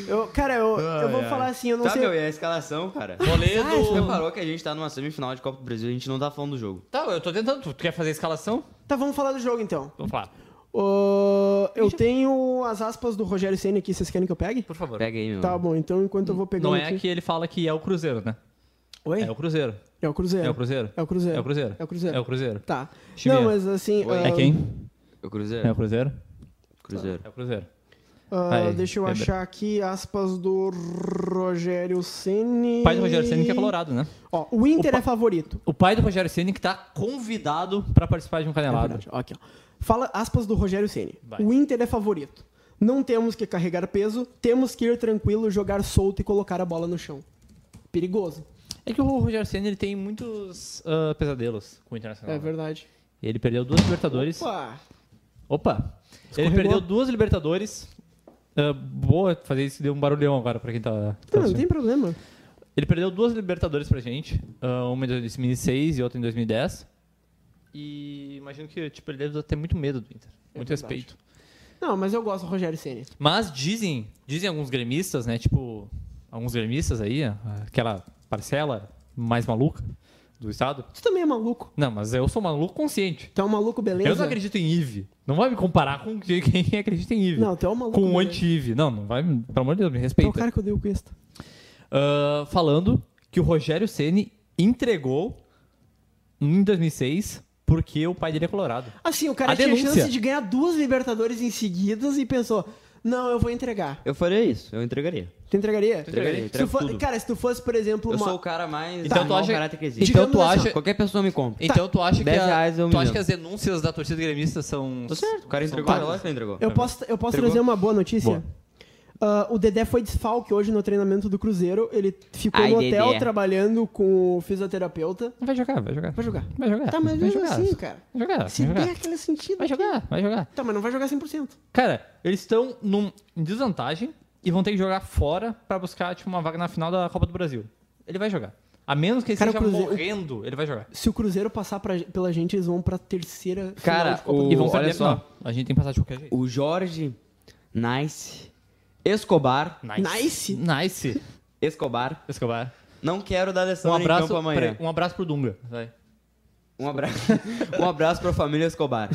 Eu, cara, eu, eu
é.
vou falar assim, eu não
Tá,
sei...
meu, e a escalação, cara? Você
Moledo.
reparou que a gente tá numa semifinal de Copa do Brasil, a gente não tá falando do jogo.
Tá, eu tô tentando. Tu- Tu quer fazer a escalação?
Tá, vamos falar do jogo, então.
Vamos lá.
Ô, eu tenho as aspas do Rogério Senna aqui, vocês querem que eu pegue?
Por favor.
Pega aí, meu.
Tá bom, então enquanto eu vou pegando
Não é
aqui...
que ele fala que é o Cruzeiro, né?
Oi?
É o Cruzeiro.
É o Cruzeiro.
É o Cruzeiro.
É o Cruzeiro.
É o Cruzeiro.
É o Cruzeiro.
É o Cruzeiro.
Tá.
Chimia.
Não, mas assim...
Oi.
ah,
É quem?
O
É
Cruzeiro.
o Cruzeiro?
Cruzeiro.
É o Cruzeiro.
ah,
Vai,
deixa eu
Pedro.
achar aqui aspas do Rogério Ceni.
O pai do Rogério Ceni que é colorado, né?
Ó, o Inter
Opa.
é favorito.
O pai do Rogério Ceni que tá convidado pra participar de um
É
canelado.
verdade. Ó, aqui, ó. Fala aspas do Rogério Ceni.
Vai.
O Inter é favorito. Não temos que carregar peso, temos que ir tranquilo, jogar solto e colocar a bola no chão. Perigoso.
É que o Rogério Ceni ele tem muitos ah, pesadelos com o Internacional. né?
É verdade.
Ele perdeu duas Libertadores. Opa!
Pá.
Ele
Escorregou.
perdeu duas Libertadores. Ah, boa fazer isso deu um barulhão agora pra quem tá. tá
Não, não
assistindo.
tem problema.
Ele perdeu duas Libertadores pra gente. ah, uma em 2006 e outra em 2010. E imagino que tipo, ele deve ter muito medo do Inter.
É
muito
verdade.
respeito.
Não, mas eu gosto do Rogério Ceni.
Mas dizem, dizem alguns gremistas, né? Tipo, alguns gremistas aí, ah, aquela parcela mais maluca do Estado.
Tu também é maluco.
Não, mas eu sou maluco consciente.
Tu é um maluco beleza?
Eu não acredito em IVE. Não vai me comparar com quem quem acredita em IVE.
Não, tu é um maluco
com o
beleza.
anti-IVE. Não, não vai, me- pelo amor de Deus, me
Tu é
respeita.
o cara que eu dei o Cuesta.
Ah, falando que o Rogério Ceni entregou um em 2006 porque o pai dele é colorado.
Assim, o cara
A
tinha
denúncia.
chance de ganhar duas Libertadores em seguidas e pensou: não, eu vou entregar.
Eu faria isso, eu entregaria.
Tu entregaria?
Entregaria,
Se tu
entrego
fo-
tudo.
Cara, se tu fosse, por exemplo,
Eu
uma.
sou o cara mais
Então tu
mau
acha-
caráter que existe.
Então
Digamos
tu
assim, tá.
acha,
Qualquer pessoa me compra.
Então tu acha que,
10
a-
reais é um
tu acha
milhão.
que as denúncias da torcida gremista são.
Tá
Tô certo, o cara
são
entregou, é
válidas?
lógico que ele entregou.
Então Eu posso, eu posso
Entregou?
trazer uma boa notícia?
Boa.
Ah, o Dedé foi desfalque hoje no treinamento do Cruzeiro. Ele ficou
Ai,
no hotel
Dedé.
trabalhando com o fisioterapeuta.
Vai jogar, vai jogar.
Vai jogar.
Vai jogar.
Tá, mas
É, vai
mesmo
jogar.
assim, cara.
Vai jogar.
Se
vai
der
jogar.
aquele sentido.
Vai jogar, vai jogar.
Tá, mas não vai jogar 100%.
Cara, eles estão num em desvantagem e vão ter que jogar fora pra buscar tipo, uma vaga na final da Copa do Brasil. Ele vai jogar. A menos que ele
Cara,
esteja
o Cruzeiro-
morrendo, ele vai jogar.
Se o Cruzeiro passar pra- pela gente, eles vão pra terceira. final
Cara,
de Copa do
o-
E vão
olha
perder a
só.
final. A gente tem que passar de qualquer jeito.
O Jorge Nice Escobar,
Nice.
Nice.
Escobar,
Escobar.
não quero dar
Um
Alessandro em
abraço,
campo amanhã.
peraí, um abraço pro Dunga. Vai.
Um abraço. (laughs) um abraço pra família Escobar.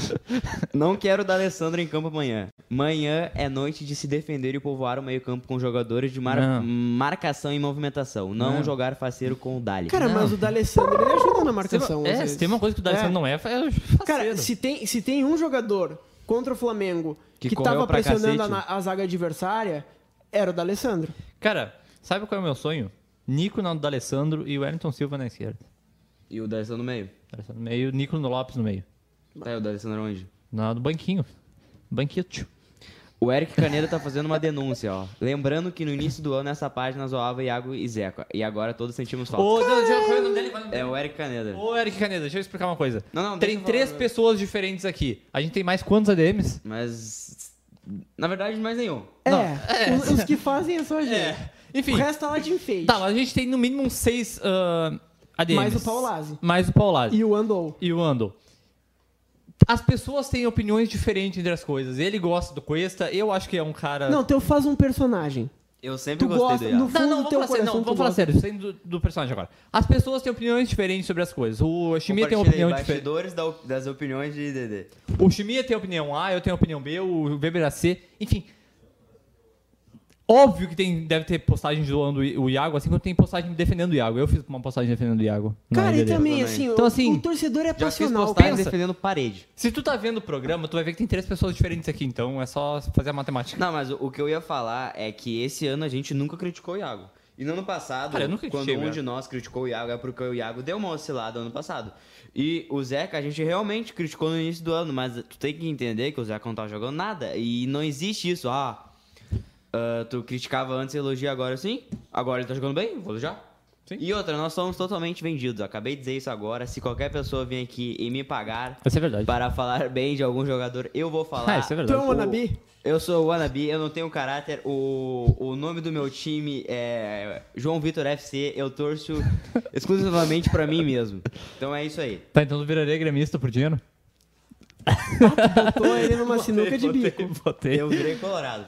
Não quero dar Alessandro em campo amanhã. Manhã é noite de se defender e povoar o meio-campo com jogadores de mar-
Não.
marcação e movimentação. Não, jogar faceiro com o Dali.
Cara, mas o D'Alessandro, ele ajuda na marcação. às
É,
vezes.
se tem uma coisa que o D'Alessandro
É.
não é, é
Cara,
faceiro.
se tem, se tem um jogador contra o Flamengo que,
Que
tava
correu pra
pressionando a,
cacete.
na- a zaga adversária, era o D'Alessandro.
Cara, sabe qual é o meu sonho? Nico na D'Alessandro e o Wellington Silva na esquerda.
E o D'Alessandro no meio?
D'Alessandro no meio, Nico no Lopes no meio.
Tá, e o D'Alessandro onde?
Na do banquinho. Banquinho, tio.
O Eric Caneda tá fazendo uma denúncia, ó. Lembrando que no início do ano essa página zoava Iago e Zeca. E agora todos sentimos falta.
Ô, não, já foi o nome dele, vai o nome
É
dele.
o Eric Caneda.
Ô, Eric Caneda, deixa eu explicar uma coisa.
Não, não,
tem
deixa eu
três
né?
falar.
pessoas diferentes aqui. A gente tem mais quantos ADMs?
Mas. Na verdade, mais nenhum.
É, Os, os que fazem é só a gente.
Enfim,
O resto tá lá de enfeite.
tá, mas a gente tem no mínimo uns seis ah, ADMs.
Mais o Paulazzi.
Mais o Paulazzi.
E o Andou.
E o Ando. As pessoas têm opiniões diferentes entre as coisas. Ele gosta do Cuesta, eu acho que é um cara...
Não, tu faz um personagem.
Eu sempre
Tu
gostei
gosta-
do Iago.
no fundo
Não,
do
não, vamos
teu
falar sério, não,
coração, tu
vamos falar
gosta.
sério, saindo do, do personagem agora. As pessoas têm opiniões diferentes sobre as coisas. O Shimia tem
Compartilha aí,
opinião diferente.
bastidores da op- das opiniões de Dedê.
O Shimia tem opinião A, eu tenho opinião B, o Weber a C, enfim. Óbvio que tem, deve ter postagem zoando o Iago, assim como tem postagem defendendo o Iago. Eu fiz uma postagem defendendo o Iago. na
Cara, e
LDD.
também,
também.
assim,
Então,
o-
assim,
o torcedor é
Já fiz
passional.
postagem
pensa.
defendendo parede.
Se tu tá vendo o programa, tu vai ver que tem três pessoas diferentes aqui, então é só fazer a matemática.
Não, mas o, o que eu ia falar é que esse ano a gente nunca criticou o Iago. E no ano passado,
Cara, eu nunca critiquei
quando
o
um
Iago.
de nós criticou o Iago, é porque o Iago deu uma oscilada ano passado. E o Zeca, a gente realmente criticou no início do ano, mas tu tem que entender que o Zeca não tá jogando nada. E não existe isso, ah, ah, tu criticava antes e elogia agora sim, agora ele tá jogando bem, vou elogiar. E outra, nós somos totalmente vendidos. Acabei de dizer isso agora. Se qualquer pessoa vir aqui e me pagar
Isso é verdade.
para falar bem de algum jogador, eu vou falar.
Ah, isso (laughs) é verdade.
Tu é um wannabe?
Eu sou o Wannabe, eu não tenho caráter. O, o nome do meu time é João Vitor FC.
(laughs)
Eu torço exclusivamente pra mim mesmo. Então é isso aí.
Tá, então tu viraria gremista por dinheiro?
Botou ele numa sinuca de bico.
Botei.
Eu virei colorado.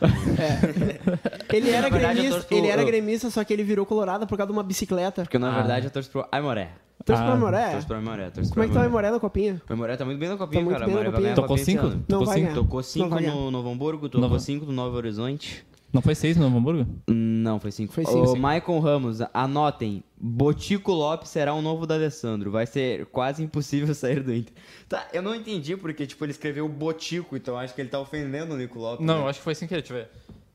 Ele era
Na verdade, eu
gremista,
torço pro-
ele era
eu-
gremista, só que ele virou colorado por causa de uma bicicleta.
Porque na
Ah.
verdade eu torço pro Aimoré.
Torce
Ah,
pra Moré?
Torço pro Aimoré. torço
Como é que
pro
tá o Moré na copinha?
O Aimoré tá muito bem na copinha,
Tá muito
cara.
bem na
Aimoré vai ganhar
copinha.
a
Tocou
copinha esse
cinco?
ano.
Não
Tocou
vai
cinco?
ganhar.
Tocou
Não
5
vai
no Novo Hamburgo,
Não
tocou
vai.
5 no Novo Horizonte.
Não foi seis no Novo Hamburgo?
Não, foi 5.
Foi
Foi
cinco,
O
cinco.
Maicon Ramos, anotem. Botico Lopes será o novo da Alessandro. Vai ser quase impossível (laughs) sair do Inter. Tá, eu não entendi porque, tipo, ele escreveu Botico, então acho que ele tá ofendendo o Nico Lopes.
Não, é
né?
eu acho que foi sem querer, deixa eu ver.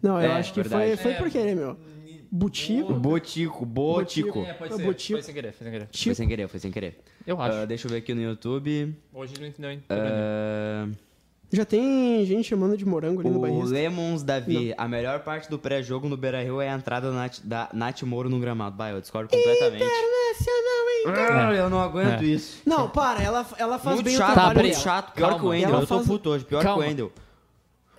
Não, eu
É,
acho que foi,
verdade.
foi por querer, meu. Butico?
Botico, Botico.
É, pode
Eu
ser.
vou tipo-
Foi sem querer, foi sem querer.
Foi
Tico.
sem querer, foi sem querer.
Eu acho.
Ah, deixa eu ver aqui no YouTube.
Hoje não entendeu, hein?
É.
Ah,
Já tem gente chamando de morango ali no
o
barrista.
Lemons Davi. A melhor parte do pré-jogo no Beira Rio é a entrada da Nath, da Nath Moro no gramado. Bah, eu discordo completamente.
É.
Ah, eu não aguento
É.
isso.
Não, para, ela, ela faz
muito
bem
chato,
o trabalho
muito
dela.
chato. Pior
Calma.
que o Wendel.
Ela
Eu tô
faz-
puto hoje, pior
Calma.
que o Wendel.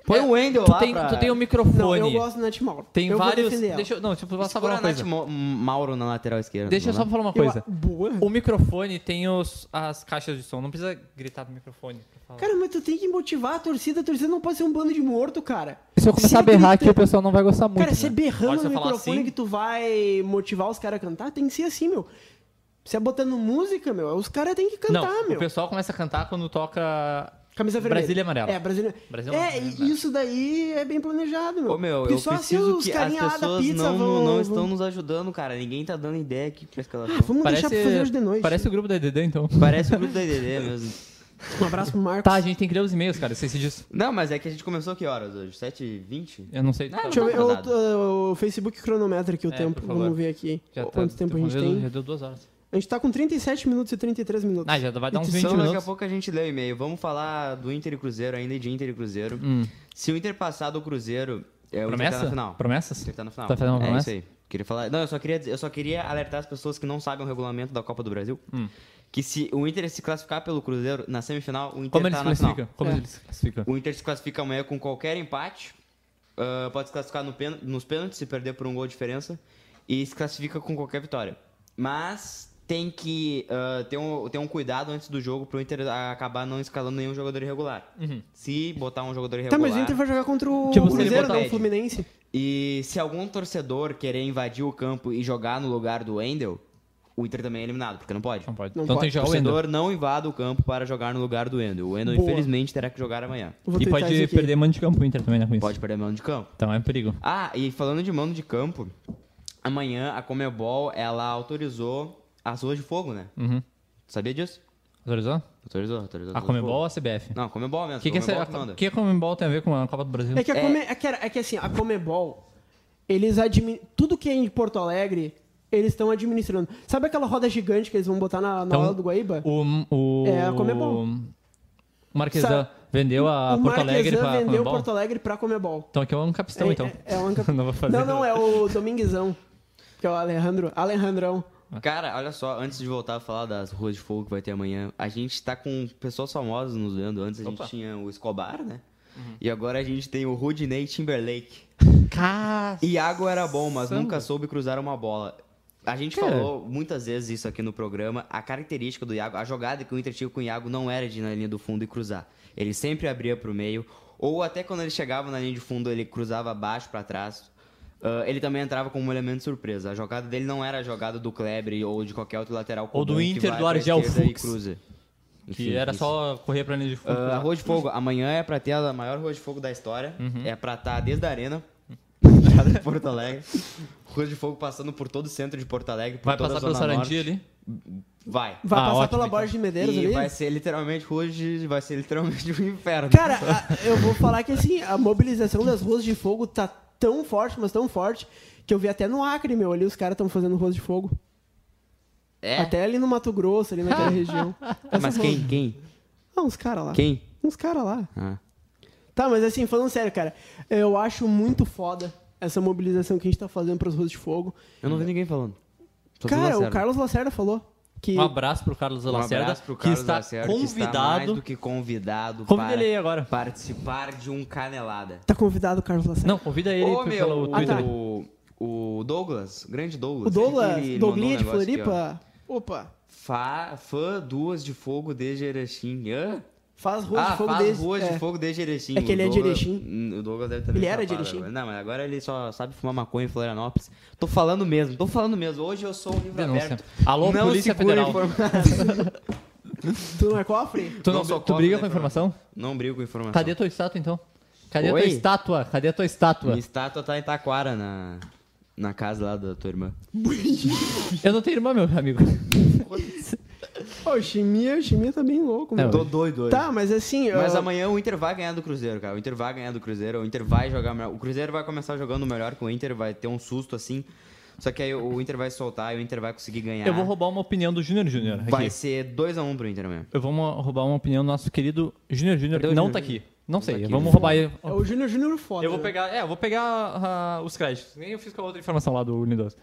Põe o Wendel
tu
lá
tem,
pra...
tu tem o
Não,
microfone.
eu gosto do Nath Mauro.
Tem
eu Vou
vários.
defender ela.
Deixa, eu- não, deixa eu só
Segura
falar
a
uma
Nath
coisa.
Mo- Mauro na lateral esquerda.
Deixa eu
não
só
dá?
falar uma
Eu-
coisa.
Boa.
O microfone tem os, as caixas de som, não precisa gritar no microfone. pra falar.
Cara, mas tu tem que motivar a torcida. A torcida não pode ser um bando de morto, cara.
se eu começar a
Você
berrar
grita-
aqui, o pessoal não vai gostar muito. né?
Cara, você
Pode
berrando
você
no
falar
microfone
assim?
que tu vai motivar os caras a cantar, tem que ser assim, meu. Você botando música, meu, os caras têm que
não,
cantar,
o
tá, meu.
pessoal começa a cantar quando toca.
Camisa vermelha.
Brasília amarela.
É, Brasília,
Brasília
É,
amarela.
e isso daí é bem planejado, meu.
Ô, meu,
Porque
eu
só se
preciso
os
que as
carinha lá da
pessoas
pizza
não,
vão,
não
vão-
estão nos ajudando, cara. Ninguém tá dando ideia aqui pra escalação.
Ah, vamos
Parece,
deixar pra fazer hoje de noite.
parece o grupo da DD, então.
Parece o grupo da IDD mesmo.
Um abraço pro Marcos.
Tá, a gente tem que ler os e-mails, cara. Eu esqueci disso.
(laughs) Não, mas é que a gente começou que horas hoje? 7h20?
Eu não sei.
Ah,
Deixa eu ver,
Não
eu,
tá nada.
uh, o Facebook cronometra aqui o
É,
tempo.
por favor.
Vamos ver aqui
já tá-
quanto tempo a gente
já
tem.
deu- Já deu duas horas.
A gente tá com 37 minutos e 33 minutos.
Ah, já vai dar uns
Então,
20
daqui a
minutos.
pouco a gente lê o e-mail. Vamos falar do Inter e Cruzeiro ainda, e de Inter e Cruzeiro. Se o Inter passar do Cruzeiro, é, o Inter tá
Hum. Promessa?
na final.
Promessas?
Você tá no final.
Tá fazendo uma
é
promessa?
isso aí. Queria falar. Não, eu só queria, dizer- eu só queria alertar as pessoas que não sabem o regulamento da Copa do Brasil.
Hum.
Que se o Inter se classificar pelo Cruzeiro na semifinal, o Inter
Como
tá
eles
na
classificam?
final.
Como
É.
eles classificam?
O Inter se classifica amanhã com qualquer empate. ah, pode se classificar no pen- nos pênaltis se perder por um gol de diferença. E se classifica com qualquer vitória. Mas tem que ah, ter, um, ter um cuidado antes do jogo pro Inter acabar não escalando nenhum jogador irregular. Se botar um jogador irregular.
Tá, mas o Inter vai jogar contra o
Tipo, se ele
Cruzeiro,
botar
não, o
Ed.
Fluminense.
E se algum torcedor querer invadir o campo e jogar no lugar do Wendel, o Inter também é eliminado, porque não pode.
Não pode.
Não
então
pode.
tem que
O
jogar o Wendel.
torcedor não invada o campo para jogar no lugar do Wendel. O Wendel,
Boa.
infelizmente, terá que jogar amanhã.
Eu Vou
E
tuitar isso
pode
aqui.
perder mano de campo o Inter também, né, com isso.
Pode perder mano de campo.
Então é um perigo.
Ah, e falando de mano de campo, amanhã a Comebol, ela autorizou as ruas de fogo, né?
Uhum.
Sabia disso?
Autorizou?
Autorizou, autorizou.
A
as ruas de
Comebol ou
fogo.
a CBF?
Não, a Comebol mesmo.
O que, que, é
Comebol
essa-
manda.
que a Comembol tem a ver com a Copa do Brasil?
É que, a Come- é que, é que assim, a Comebol, eles admin... tudo que é em Porto Alegre, eles estão administrando. Sabe aquela roda gigante que eles vão botar na, na
Então,
aula do Guaíba?
O, o,
É, a Comebol.
O Marquesan
Sa-
vendeu a
o
Porto Alegre
Marquesan
pra
vendeu
Comebol?
Porto Alegre pra Comebol.
Então aqui é um capistão,
é,
então.
É, é uma...
(laughs) Não vou fazer.
Não, não, é o Dominguezão. Que é o Alejandro. Alejandrão.
Cara, olha só, antes de voltar a falar das ruas de fogo que vai ter amanhã, a gente tá com pessoas famosas nos vendo. Antes a gente tinha o Escobar, né?
Uhum.
E agora a gente tem o
um
Rudinei Timberlake.
Cara,
Iago era bom, mas nunca soube cruzar uma bola. A gente
Cara.
falou muitas vezes isso aqui no programa. A característica do Iago, a jogada que o Inter tinha com o Iago não era de ir na linha do fundo e cruzar. Ele sempre abria pro meio. Ou até quando ele chegava na linha de fundo, ele cruzava baixo pra trás. Ah, ele também entrava como um elemento surpresa. A jogada dele não era a jogada do Kleber ou de qualquer outro lateral
Ou do
comum que
Inter,
vai
do
pra
Argel
esquerda e
Fux.
cruza.
Que
Enfim,
era
isso.
só correr pra linha de fundo.
Ah, a Rua de Fogo, amanhã é pra ter a maior Rua de Fogo da história.
Uhum.
É pra estar desde a Arena,
(laughs)
entrada de Porto Alegre. Rua de Fogo passando por todo o centro de Porto Alegre. Por
Vai
toda
passar
a
pelo
Zona
Sarandi
Norte.
ali.
Vai.
Vai
Ah,
passar
ótimo,
pela
então.
Borja de Medeiros
E
ali?
vai ser literalmente rua de, vai ser literalmente um inferno.
Cara, a- eu vou falar que assim, a mobilização das ruas de fogo tá tão forte, mas tão forte, que eu vi até no Acre, meu, ali os caras estão fazendo ruas de fogo.
é.
Até ali no Mato Grosso, ali
(laughs)
naquela região.
mas quem? Quem?
Ah, uns caras lá.
Quem?
Uns caras lá.
Ah.
Tá, mas assim, falando sério, cara, eu acho muito foda essa mobilização que a gente tá fazendo pras ruas de fogo.
Eu não vi ninguém falando. Só vi
É. cara, o
Lacerda.
Carlos Lacerda falou que
Um abraço pro Carlos
Um
Lacerda,
abraço pro Carlos
que está
Lacerda, que está mais
convidado.
do que convidado
Convida
para
ele aí agora.
participar de um canelada.
tá convidado o Carlos Lacerda.
Não, convida ele
Ô,
pelo
meu, Ah, tá.
Twitter.
o, o Douglas, grande Douglas.
ah, tá. O Douglas,
ele- ele
Douglinha de
mandou um negócio aqui, ó.
Floripa, opa,
Fá- fã duas de fogo desde Erechim. Hã?
faz ruas
ah,
de fogo
faz
desde...
ruas
é.
de fogo desde Erechim.
É que
O
ele é de
Douglas-
Erechim.
Hum, O Douglas deve também
Ele era
tá
de
parado
Erechim.
agora. Não, mas agora ele só sabe fumar maconha em Florianópolis. Tô falando mesmo, tô falando mesmo. Hoje eu sou um livro
Denúncia.
aberto.
Alô,
Não
Polícia
segura
Federal.
informação.
Tu não é cofre?
Tu,
Não
não,
sou
tu
contra
briga
da
com a
informação.
informação?
Não brigo com informação.
Cadê a tua estátua, então? Cadê a tua
Oi?
estátua? Cadê a tua estátua?
Minha estátua tá em Taquara, na, na casa lá da tua irmã.
Eu não tenho irmã, meu amigo.
Ô, o Chimia, o Chimia tá bem louco,
É,
meu.
Tô doido hoje.
Tá, mas assim...
É, Mas
ó,
amanhã o Inter vai ganhar do Cruzeiro, cara. O Inter vai ganhar do Cruzeiro, o Inter vai jogar melhor. O Cruzeiro vai começar jogando melhor que o Inter, vai ter um susto assim. Só que aí o Inter vai soltar e o Inter vai conseguir ganhar.
Eu vou roubar uma opinião do Júnior Júnior. aqui.
Ah. Vai ser 2x1 pro Inter amanhã.
Eu vou mo- roubar uma opinião do nosso querido Júnior Júnior.
Cadê o
Não
Júnior
tá
Júnior?
aqui. Não sei.
aqui. né?
Vamos roubar ele.
É o Júnior Júnior foda.
Eu vou
né?
pegar. É, eu vou pegar ah, os créditos. Nem eu fiz com a outra informação lá do Unidos.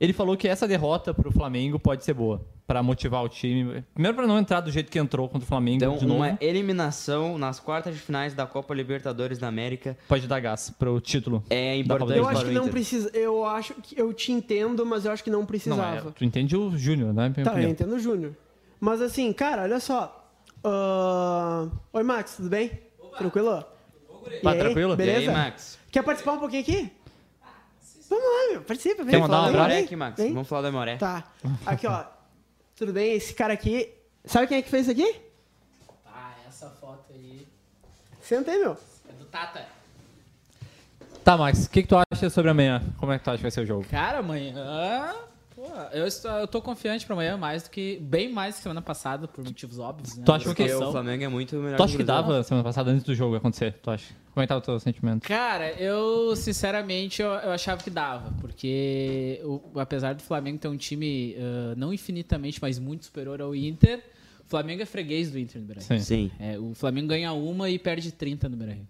Ele falou que essa derrota pro Flamengo pode ser boa. Pra motivar o time. Primeiro pra não entrar do jeito que entrou contra o Flamengo
Então,
de novo.
uma eliminação nas quartas de finais da Copa Libertadores da América
Pode dar gás pro título.
é
Da Copa
importante
Eu
Libertadores.
acho
para o
que não
Inter.
precisa. Eu acho que eu te entendo, mas eu acho que não
Não, é,
precisava.
tu entende o Júnior, né? Minha
tá, eu
opinião.
entendo o Júnior. Mas assim, cara, olha só. Ahn, Oi, Max, tudo bem? Tranquilo? E
Tá
aí,
tranquilo?
E
Beleza?
aí, Max?
Quer participar um pouquinho aqui? Vamos lá, meu. Participa, vem.
Quer mandar um
Vem,
abraço?
vem,
Moré aqui, Max.
vem.
Vamos falar da Moré.
Tá. Aqui, ó. Tudo bem? Esse cara aqui. Sabe quem é que fez isso aqui?
Ah, essa foto aí
Senta aí, meu.
é do Tata.
Tá, Max, o que, que tu acha sobre amanhã? Como é que tu acha que vai ser o jogo?
Cara, amanhã. Pô, eu, estou- eu tô confiante pra amanhã mais do que. Bem mais que semana passada, por motivos óbvios. Né?
Tu acha
Da
o quê?
Porque o
situação.
Flamengo é muito melhor
Tu acha que
o Cruzeiro.
dava semana passada antes do jogo acontecer? Tu acha? Como é que tá o teu sentimento?
Cara, eu sinceramente eu, eu achava que dava, porque o- apesar do Flamengo ter um time ah, não infinitamente, mas muito superior ao Inter, o Flamengo é freguês do Inter no Brasil.
Sim.
Sim.
É, o Flamengo ganha uma e perde 30 no Beira-Rio.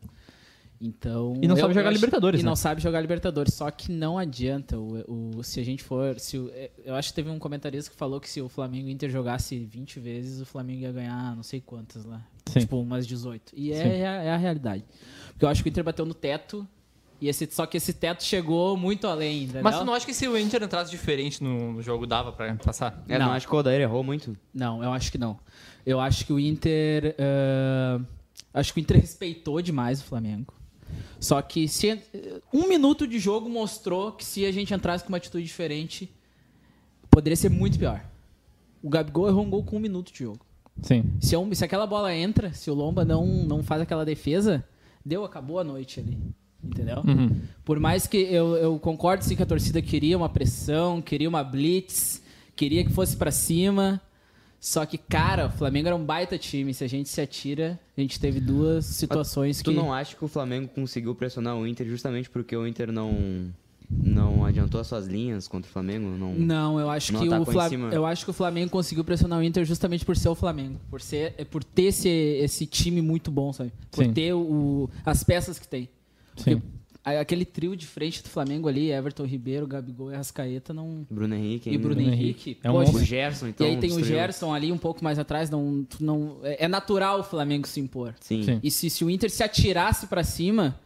Então,
E não sabe jogar Libertadores,
E
né?
não sabe jogar Libertadores. Só que não adianta. O, o- se a gente for. Se o- é, eu acho que teve um comentarista que falou que se o Flamengo e o Inter jogasse 20 vezes, o Flamengo ia ganhar não sei quantas lá.
Sim.
Tipo, umas 18. E
Sim.
é, é a- é a realidade. Porque eu acho que o Inter bateu no teto. E esse, só que esse teto chegou muito além, entendeu?
Mas tu não acha que se o Inter entrasse diferente no no jogo, dava pra passar?
É, não.
Não.
acho que o Odair errou muito.
Não, eu acho que não. Eu acho que o Inter. ah, acho que o Inter respeitou demais o Flamengo. Só que se um minuto de jogo mostrou que se a gente entrasse com uma atitude diferente, poderia ser muito pior. O Gabigol errou um gol com um minuto de jogo.
Sim.
Se, é um- se aquela bola entra, se o Lomba não, não faz aquela defesa, deu, acabou a noite ali. Entendeu? Por mais que eu, eu concorde sim que a torcida queria uma pressão, queria uma blitz, queria que fosse pra cima. Só que, cara, o Flamengo era um baita time. Se a gente se atira, a gente teve duas situações
Tu
que.
não acha que o Flamengo conseguiu pressionar o Inter justamente porque o Inter não não adiantou as suas linhas contra o Flamengo? Não.
Não, eu acho
Não
que o
atacou em
Fla...
cima.
eu acho que o Flamengo conseguiu pressionar o Inter justamente por ser o Flamengo, por ser é por ter esse, esse time muito bom, sabe? Por
Sim.
ter o, as peças que tem.
Sim.
Porque a- aquele trio de frente do Flamengo ali, Everton Ribeiro, Gabigol e Arrascaeta não
Bruno Henrique.
e
ainda.
Bruno
Bruno
Henrique.
É um
poxa.
O Gerson, então.
e aí tem o
destruiu.
Gerson ali um pouco mais atrás, não tu não é é natural o Flamengo se impor.
Sim.
Sim.
E se, se o Inter se atirasse pra cima,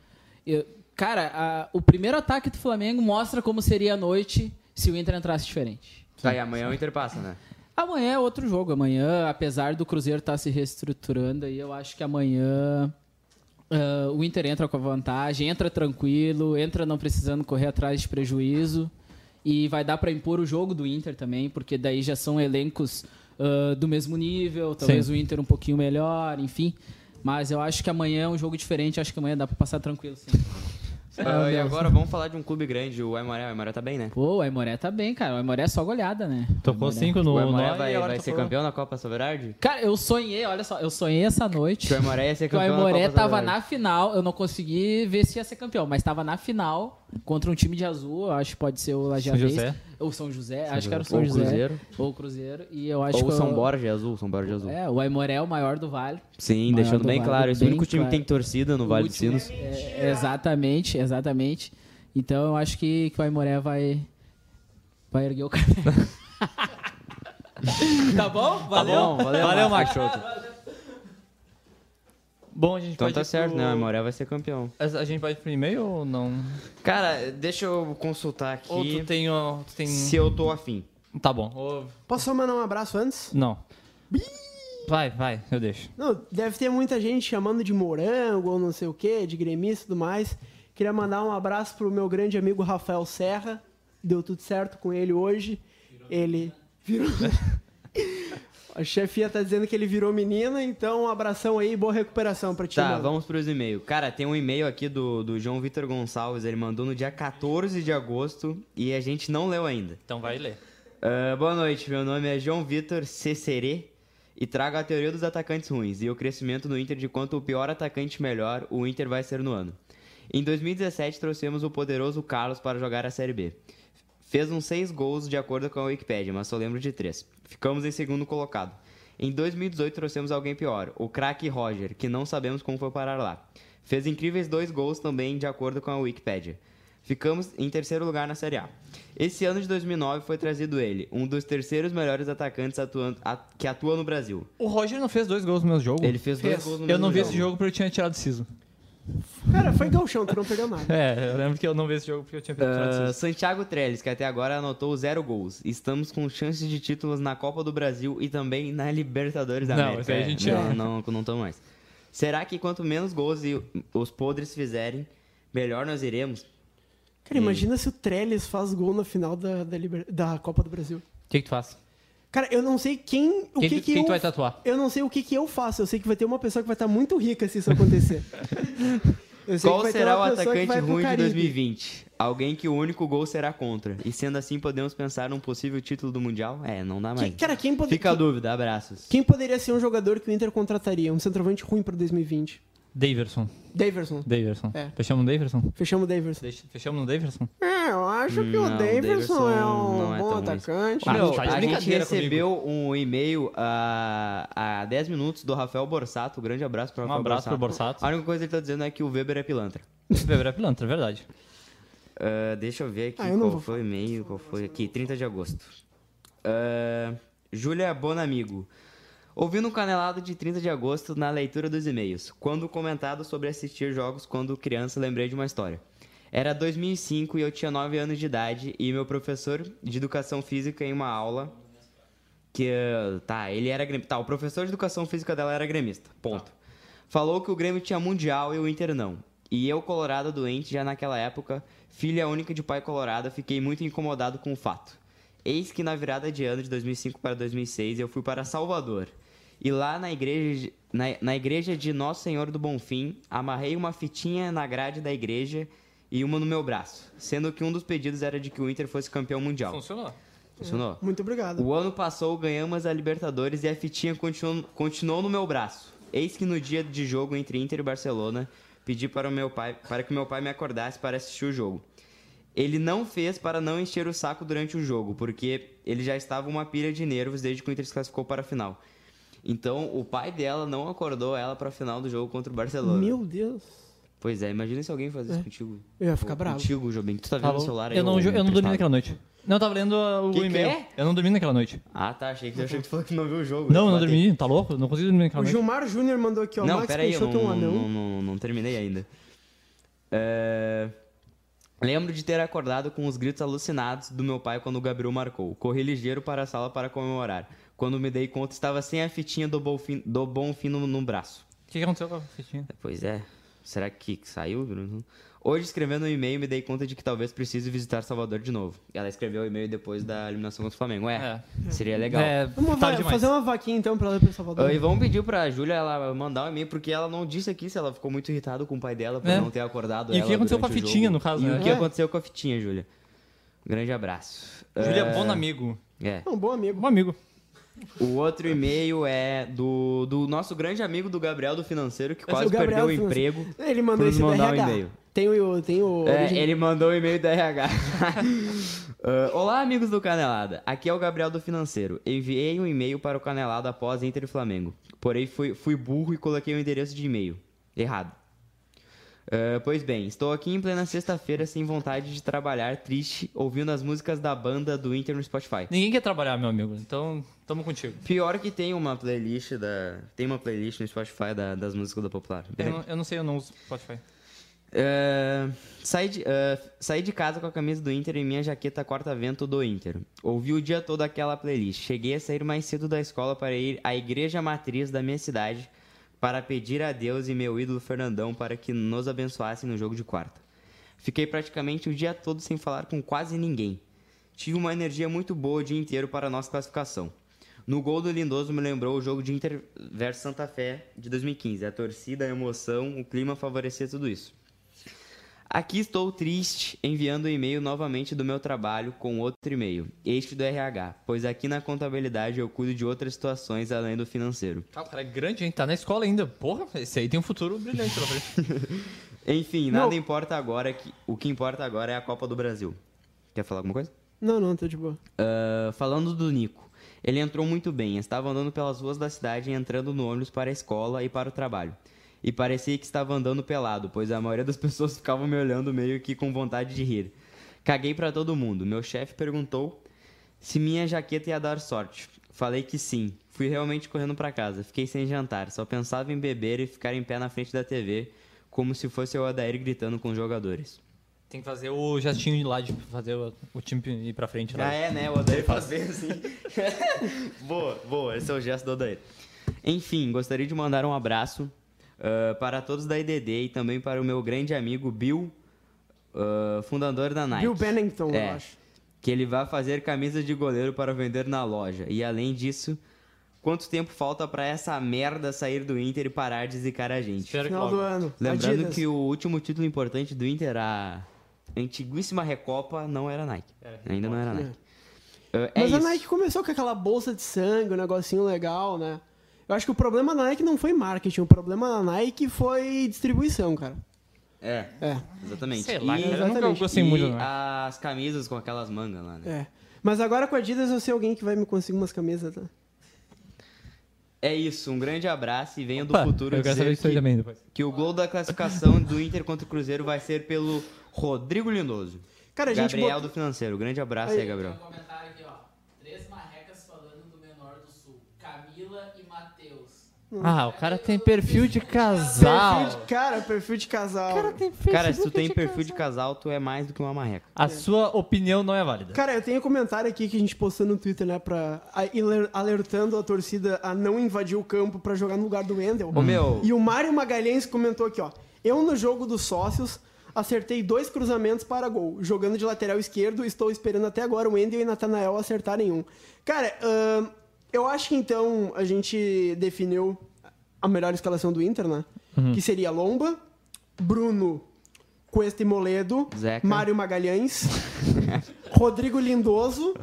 eu- cara, a- o primeiro ataque do Flamengo mostra como seria a noite se o Inter entrasse diferente.
Tá, e amanhã o Inter passa, né?
Amanhã é outro jogo. Amanhã, apesar do Cruzeiro estar se reestruturando, aí eu acho que amanhã ah, o Inter entra com a vantagem, entra tranquilo, entra não precisando correr atrás de prejuízo. E vai dar para impor o jogo do Inter também, porque daí já são elencos ah, do mesmo nível, talvez
Sim.
o Inter um pouquinho melhor, enfim. Mas eu acho que amanhã é um jogo diferente, acho que amanhã dá para passar tranquilo, sim.
Ah, e agora vamos falar de um clube grande, o Aimoré. O Aimoré tá bem, né?
Pô, o Aimoré tá bem, cara. O Aimoré é só goleada, né?
Tocou
O Aimoré.
5 no
o Aimoré
nó e
vai,
agora
vai
tá
ser
falando.
campeão na Copa Soberardi?
Cara, eu sonhei, olha só, eu sonhei essa noite.
Que o Aimoré ia ser
Que (laughs) o
é campeão na
Aimoré
Copa
tava
Soberardi.
na final, eu não consegui ver se ia ser campeão, mas tava na final contra um time de azul, eu acho que pode ser o Lajeadense.
José.
Ou São José, acho que era o São
Ou o
José.
Cruzeiro.
Ou o Cruzeiro. E eu acho
Ou
que
o São
eu-
Borja azul, São Borja azul.
É, o Aimoré é o maior do vale.
Sim,
Maior
deixando
do
bem
Vale,
claro. Esse é o
bem
único time que
claro.
tem torcida no Vale dos
último-
Sinos.
É, exatamente, exatamente. Então eu acho que, que o Aimoré vai. Vai erguer o café. tá bom? Valeu?
bom, valeu,
Valeu,
Macho.
Bom, a gente
Então
pode
tá
ir
certo,
pro-
né? O
tipo-
Aimoré vai ser campeão.
A gente pode ir pro e-mail ou não?
Cara, deixa eu consultar aqui
Ou tu tem... ó, Tu tem...
se eu tô afim.
Tá bom. Ou-
Posso só mandar um abraço antes?
Não. Vai, vai, eu deixo.
Não, deve ter muita gente chamando de morango ou não sei o que, de gremista e tudo mais. Queria mandar um abraço pro meu grande amigo Rafael Serra. Deu tudo certo com ele hoje. Ele virou. (laughs) A chefia tá dizendo que ele virou menina, então um abração aí e boa recuperação pra ti.
Tá,
mano.
vamos pros e-mails. Cara, tem um e-mail aqui do, do João Vitor Gonçalves, ele mandou no dia 14 de agosto e a gente não leu ainda.
Então vai ler.
Ah, boa noite, meu nome é João Vitor Cecerê e trago a teoria dos atacantes ruins e o crescimento no Inter de quanto o pior atacante melhor o Inter vai ser no ano. Em 2017 trouxemos o poderoso Carlos para jogar a Série B. Fez uns seis gols de acordo com a Wikipedia, mas só lembro de três. Ficamos em segundo colocado. Em 2018 trouxemos alguém pior, o craque Roger, que não sabemos como foi parar lá. Fez incríveis dois gols também de acordo com a Wikipedia. Ficamos em terceiro lugar na Série A. Esse ano de 2009 foi trazido ele, um dos terceiros melhores atacantes atuando, at- que atua no Brasil.
O Roger não fez dois gols no meu jogo?
Ele fez dois gols no
Uh, Eu não
mesmo
vi esse jogo porque eu tinha tirado o siso.
Cara, foi galchão, tu não
(laughs)
perdeu nada.
É, eu lembro que eu não vi esse jogo porque eu tinha tirado o
Ah,
siso.
Santiago Trellis, que até agora anotou zero gols. Estamos com chances de títulos na Copa do Brasil e também na Libertadores da
Não,
América.
isso aí a gente
É,
tira.
não, não, não tamo mais. Será que quanto menos gols e os podres fizerem, melhor nós iremos?
Cara, imagina se o Trellis faz gol na final da, da, Liber- da Copa do Brasil.
O que que tu faz?
Cara, eu não sei quem. O
Quem
que,
tu-
que
quem
eu,
tu vai tatuar?
Eu não sei o que, que eu faço. Eu sei que vai ter uma pessoa que vai estar muito rica se isso
(laughs)
acontecer. Eu sei que
Qual
vai ter
será o
uma pessoa que
atacante
vai pro
ruim de
Caribe.
2020? Alguém que o único gol será contra. E sendo assim, podemos pensar num possível título do Mundial? É, não dá mais.
Que- cara, quem, pode-
Fica a
quem,
dúvida, abraços.
quem poderia ser um jogador que o Inter contrataria? Um centroavante ruim pra 2020?
Daverson.
Daverson.
Daverson.
É.
Fechamos no Daverson?
Fechamos o Daverson.
Deixa- Fechamos no Daverson?
É, eu acho que
Não,
o
o
Daverson é
Daverson não
um bom
é tão ruim.
atacante.
Ah,
Meu,
faz
a gente
brincadeira
recebeu um e-mail ah, há 10 minutos do Rafael Borsato. Grande abraço pro
Um
Rafael
abraço pro
Borsato.
Borsato.
A única coisa que ele tá dizendo é que o Weber é pilantra.
Beber é pilantra, é verdade.
Ah, deixa eu ver aqui
Ah, eu não
qual
vou
foi o e-mail, qual foi aqui, 30 de agosto. Ah, Júlia Bonamigo. Ouvindo um canelado de 30 de agosto na leitura dos e-mails, quando comentado sobre assistir jogos quando criança, lembrei de uma história. Era 2005 e eu tinha 9 anos de idade e meu professor de educação física em uma aula que eh, tá, ele era gremista. Tá, o professor de educação física dela era gremista. Ponto. Falou que o Grêmio tinha mundial e o Inter não. E eu, colorado doente, já naquela época, filha única de pai colorado, fiquei muito incomodado com o fato. Eis que na virada de ano de 2005 para 2006, eu fui para Salvador. E lá na igreja, de- na, na igreja de Nosso Senhor do Bonfim, amarrei uma fitinha na grade da igreja e uma no meu braço. Sendo que um dos pedidos era de que o Inter fosse campeão mundial.
Funcionou.
Tá
Funcionou?
Muito obrigado.
O ano passou, ganhamos a Libertadores e a fitinha continuou, continuou no meu braço. Eis que no dia de jogo entre Inter e Barcelona, pedi para, o meu pai, para que meu pai me acordasse para assistir o jogo. Ele não fez para não encher o saco durante o jogo, porque ele já estava uma pilha de nervos desde que o Inter se classificou para a final. Então, o pai dela não acordou ela para a final do jogo contra o Barcelona.
Meu Deus.
Pois é, imagina se alguém faz isso contigo.
Eu ia ficar bravo.
Contigo, Jobim. Tu tá vendo o celular aí?
Eu não,
ô,
jo- eu não dormi
emprestado?
naquela noite. Não, eu tava lendo uh, o
Que que
e-mail.
é?
Eu não dormi naquela noite.
Ah, tá. Achei que, achei que tu falou que não viu o jogo. né?
Não, eu não
Batei.
dormi. Tá louco? Eu Não consegui dormir naquela
O
noite.
Gilmar Júnior mandou aqui, ó.
não,
Então, Max um
peraí, eu não,
Peixoto é um
não,
anão.
não, não terminei ainda. É, Lembro de ter acordado com os gritos alucinados do meu pai quando o Gabriel marcou. Corri ligeiro para a sala para comemorar. Quando me dei conta, estava sem a fitinha do, bolfin, do bom fim no, no braço.
O que, que aconteceu com a fitinha?
Pois é. Será que saiu, Bruno? Hoje, escrevendo um e-mail, me dei conta de que talvez precise visitar Salvador de novo. Ela escreveu o e-mail depois da eliminação contra o Flamengo. É, seria legal.
É,
Vamos
tarde
va-
demais.
fazer uma vaquinha então pra ela ir pra Salvador.
Ah, E vamos pedir pra Júlia ela mandar um e-mail, porque ela não disse aqui se ela ficou muito irritada com o pai dela por
É.
não ter acordado
E o
ela
que aconteceu com a
durante o
fitinha,
jogo.
no caso,
E
né?
o que
É.
aconteceu com a fitinha, Júlia? Um grande abraço.
Júlia
Ah,
é bom amigo.
É.
É um bom amigo.
Bom amigo.
O outro e-mail é do, do nosso grande amigo do Gabriel do Financeiro, que quase
o Gabriel
perdeu o
do Financeiro.
emprego.
Ele mandou
Por
esse
mandar um
DRH.
e-mail.
tem o. Tem o
É,
origem-
ele mandou o e-mail da RH. Ah, (laughs) Olá, amigos do Canelada. Aqui é o Gabriel do Financeiro. Enviei um e-mail para o Canelada após Inter e Flamengo. Porém, fui, fui burro e coloquei o endereço de e-mail. Errado. Ah, pois bem, estou aqui em plena sexta-feira sem vontade de trabalhar, triste, ouvindo as músicas da banda do Inter no Spotify.
Ninguém quer trabalhar, meu amigo. Então, tamo contigo.
Pior que tem uma playlist da. Tem uma playlist no Spotify da- das músicas da Popular.
Eu não, eu não sei, eu não uso Spotify.
É, saí, de, é, saí de casa com a camisa do Inter e minha jaqueta quarta-vento do Inter. Ouvi o dia todo aquela playlist. Cheguei a sair mais cedo da escola para ir à igreja matriz da minha cidade para pedir a Deus e meu ídolo Fernandão para que nos abençoassem no jogo de quarta. Fiquei praticamente o dia todo sem falar com quase ninguém. Tive uma energia muito boa o dia inteiro para a nossa classificação. No gol do Lindoso me lembrou o jogo de Inter versus Santa Fé de 2015. A torcida, a emoção, o clima favorecia tudo isso. Aqui estou triste, enviando o e-mail novamente do meu trabalho com outro e-mail, este do RH, pois aqui na contabilidade eu cuido de outras situações além do financeiro.
Ah, o cara é grande, hein? Tá na escola ainda. Porra, esse aí tem um futuro brilhante pela
(laughs)
frente.
Enfim, nada importa agora, que, o que importa agora é a Copa do Brasil. Quer falar alguma coisa?
Não, não, tô de boa.
Ah, falando do Nico, ele entrou muito bem, estava andando pelas ruas da cidade e entrando no ônibus para a escola e para o trabalho. E parecia que estava andando pelado, pois a maioria das (laughs) pessoas ficavam me olhando meio que com vontade de rir. Caguei para todo mundo. Meu chefe perguntou se minha jaqueta ia dar sorte. Falei que sim. Fui realmente correndo para casa. Fiquei sem jantar, só pensava em beber e ficar em pé na frente da TV, como se fosse o Adair gritando com os jogadores.
Tem que fazer o gestinho de lá, de fazer o, o time ir pra frente. Lá.
Ah, é, né? O Odair faz bem assim. (laughs) boa, boa. Esse é o gesto do Odair. Enfim, gostaria de mandar um abraço ah, para todos da IDD e também para o meu grande amigo Bill, ah, fundador da Nike.
Bill Bennington,
É.
eu acho.
Que ele vai fazer camisas de goleiro para vender na loja. E além disso, quanto tempo falta para essa merda sair do Inter e parar de zicar a gente?
Espero que
Final do
logo.
ano.
Lembrando
Adidas.
que o último título importante do Inter, a antiguíssima Recopa, não era Nike. Ainda
É.
não era Nike. Uh, é
Mas a
isso.
Nike começou com aquela bolsa de sangue, um negocinho legal, né? Eu acho que o problema da Nike não foi marketing, o problema da Nike foi distribuição, cara.
É,
É,
exatamente.
Sei lá,
e,
cara, eu nunca
exatamente.
gostei
e
muito. Né?
as camisas com aquelas mangas lá, né?
é. Mas agora com a Adidas eu sei alguém que vai me conseguir umas camisas, tá?
É isso, um grande abraço e venha do
Opa,
futuro
eu quero saber
dizer
isso aí
que,
também depois.
que o gol da classificação do Inter contra o Cruzeiro vai ser pelo Rodrigo Lindoso.
Cara, a gente
Gabriel
botou-
do Financeiro. Grande abraço aí,
Aí.
Tem
(laughs)
um
Gabriel.
comentário aqui, ó. Três marrecas falando do menor do sul. Camila e Matheus.
Ah, o cara tem perfil de
Perfil
casal.
de cara, perfil de casal. Cara,
Cara, se tu tem perfil de casal, tu é mais do que uma marreca.
A sua opinião não é válida.
eu tenho um comentário aqui que a gente postou no Twitter, né? Pra aler- alertando a torcida a não invadir o campo pra jogar no lugar do Wendel.
Ô, meu.
E o Mário Magalhães comentou aqui, ó. Eu no jogo dos sócios acertei dois cruzamentos para gol. Jogando de lateral esquerdo, estou esperando até agora o Endel e Natanael acertarem um. Cara, ahn, eu acho que então a gente definiu a melhor escalação do Inter, né?
Uhum.
Que seria Lomba, Bruno, Cuesta e Moledo,
Zeca.
Mário Magalhães, (laughs) Rodrigo Lindoso,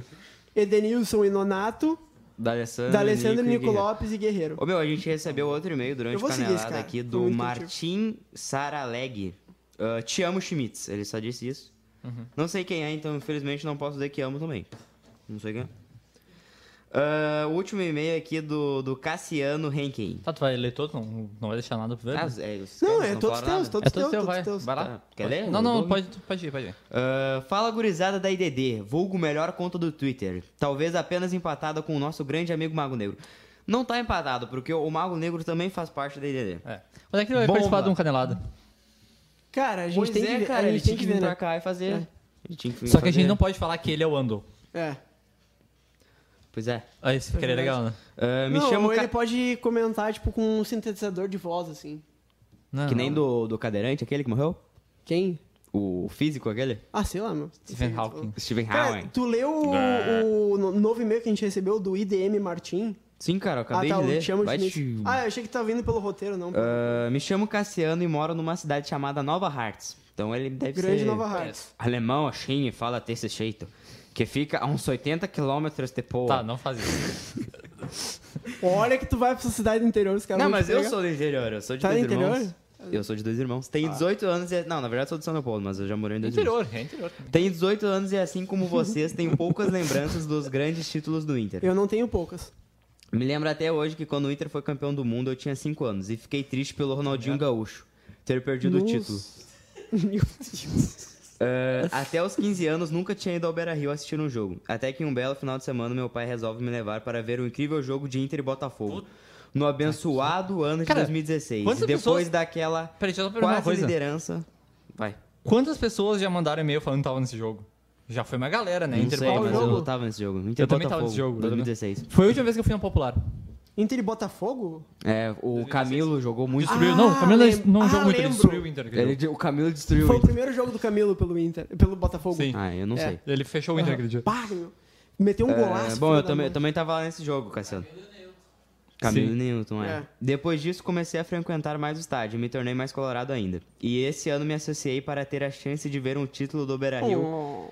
Edenilson e Nonato,
Da Alessandro,
D'Alessandro,
Nico
Nico
Guerreiro.
Lopes e Guerreiro.
Ô meu, a gente recebeu outro e-mail
Eu
durante a
vou seguir esse
canelada
cara,
aqui
tô
do
muito
Martim Saraleg. Ah, te amo, Schmitz. Ele só disse isso. Não sei quem é, então infelizmente não posso dizer que amo também. Não sei quem é. Ah, o último e-mail aqui do, do Cassiano Henkin.
Tá, tu vai ler todo, não, não vai deixar nada pro ver.
Ah,
né?
é, os
Não,
caras
é todos
falam
teus,
nada.
todos
É
teus,
todo teu,
todos
vai.
teus.
Vai lá.
Tá. Quer ler?
Não, não,
Vou-
pode, pode ir, pode ir.
Ah, fala gurizada da IDD, vulgo melhor conta do Twitter. Talvez apenas empatada com o nosso grande amigo Mago Negro. Não tá empatado, porque o Mago Negro também faz parte da IDD.
É. Mas é que ele vai
Bomba.
participar de um canelada.
Cara, a gente
Pois
tem
é,
que,
cara,
a
ele
gente tem
tinha
que
que
ver,
vir
né?
pra cá e fazer.
É.
Ele tinha vir
Só que a gente
fazer.
não pode falar que ele é o Ando.
É.
Pois é.
Ah, isso ficaria legal, né?
Ah, me
não,
chama o
ou
ca...
ele é pode comentar, tipo, com um sintetizador de voz, assim.
Não,
Que nem do, do cadeirante, aquele que morreu?
Quem?
O físico, aquele?
Ah, sei lá, meu.
Stephen Hawking.
Steven
Cara,
Howling.
tu leu o, o no- novo e-mail que a gente recebeu do IDM Martin?
Sim, cara, eu acabei
ah, tá,
de
o
ler.
te chamo
Vai
de
te-
Nietzsche. Ah, eu achei que tava vindo pelo roteiro, não.
Ah, me chamo Cassiano e moro numa cidade chamada Nova Hartz. Então ele deve
Grande
ser
Nova Hartz.
alemão, assim, e fala desse jeito. Que fica a uns 80 quilômetros de Poa.
Tá, não faz isso.
Olha que tu vai pra essa cidade do interior, os caras
Não,
vão te
mas eu
pegar.
sou do interior, eu sou de
Tá
dois
no interior? Ah.
irmãos. Eu sou de dois irmãos. Tenho 18 anos e. Não, na verdade sou de São Paulo, mas eu já morei em dois irmãos.
Interior, é interior.
Tenho 18 anos e, assim como vocês, tenho poucas lembranças dos grandes títulos do Inter.
Eu não tenho poucas.
Me lembro até hoje que quando o Inter foi campeão do mundo eu tinha 5 anos e fiquei triste pelo Ronaldinho Gaúcho ter perdido o
Nossa.
título. Eh, até os 15 anos nunca tinha ido ao Beira Rio assistir um jogo. Até que um belo final de semana meu pai resolve me levar para ver um incrível jogo de Inter e Botafogo. No abençoado ano de
Cara,
2016.
quantas
Depois
pessoas-
daquela
Peraí, deixa eu só perguntar uma
quase
coisa.
liderança. Vai.
Quantas pessoas já mandaram e-mail falando que tava nesse jogo? Já foi uma galera, né?
Não
Inter
sei,
Botafogo.
mas eu tava nesse jogo. Inter
Eu também tava
Botafogo,
nesse jogo, né? eu também.
2016.
Foi a última vez que eu fui no Popular.
(laughs) Inter e Botafogo?
É, o Camilo jogou muito.
Destruiu. não, o Camilo
lem-
não
ah,
jogou muito, ele
lembro.
destruiu o Inter. aquele
Ele,
jogo.
o Camilo destruiu
Foi o
o Inter.
primeiro jogo do Camilo pelo Inter, pelo Botafogo.
Sim.
Ah, eu não sei.
Ele fechou o
Ah.
Inter aquele dia.
Pá, meu. Meteu um golaço.
É, bom,
filho
eu
da
também,
mãe.
eu também tava lá nesse jogo, Cassiano. Camilo
Sim.
Newton, é.
É.
Depois disso, comecei a frequentar mais o estádio e me tornei mais colorado ainda. E esse ano me associei para ter a chance de ver um título do Beira-Rio.
Oh.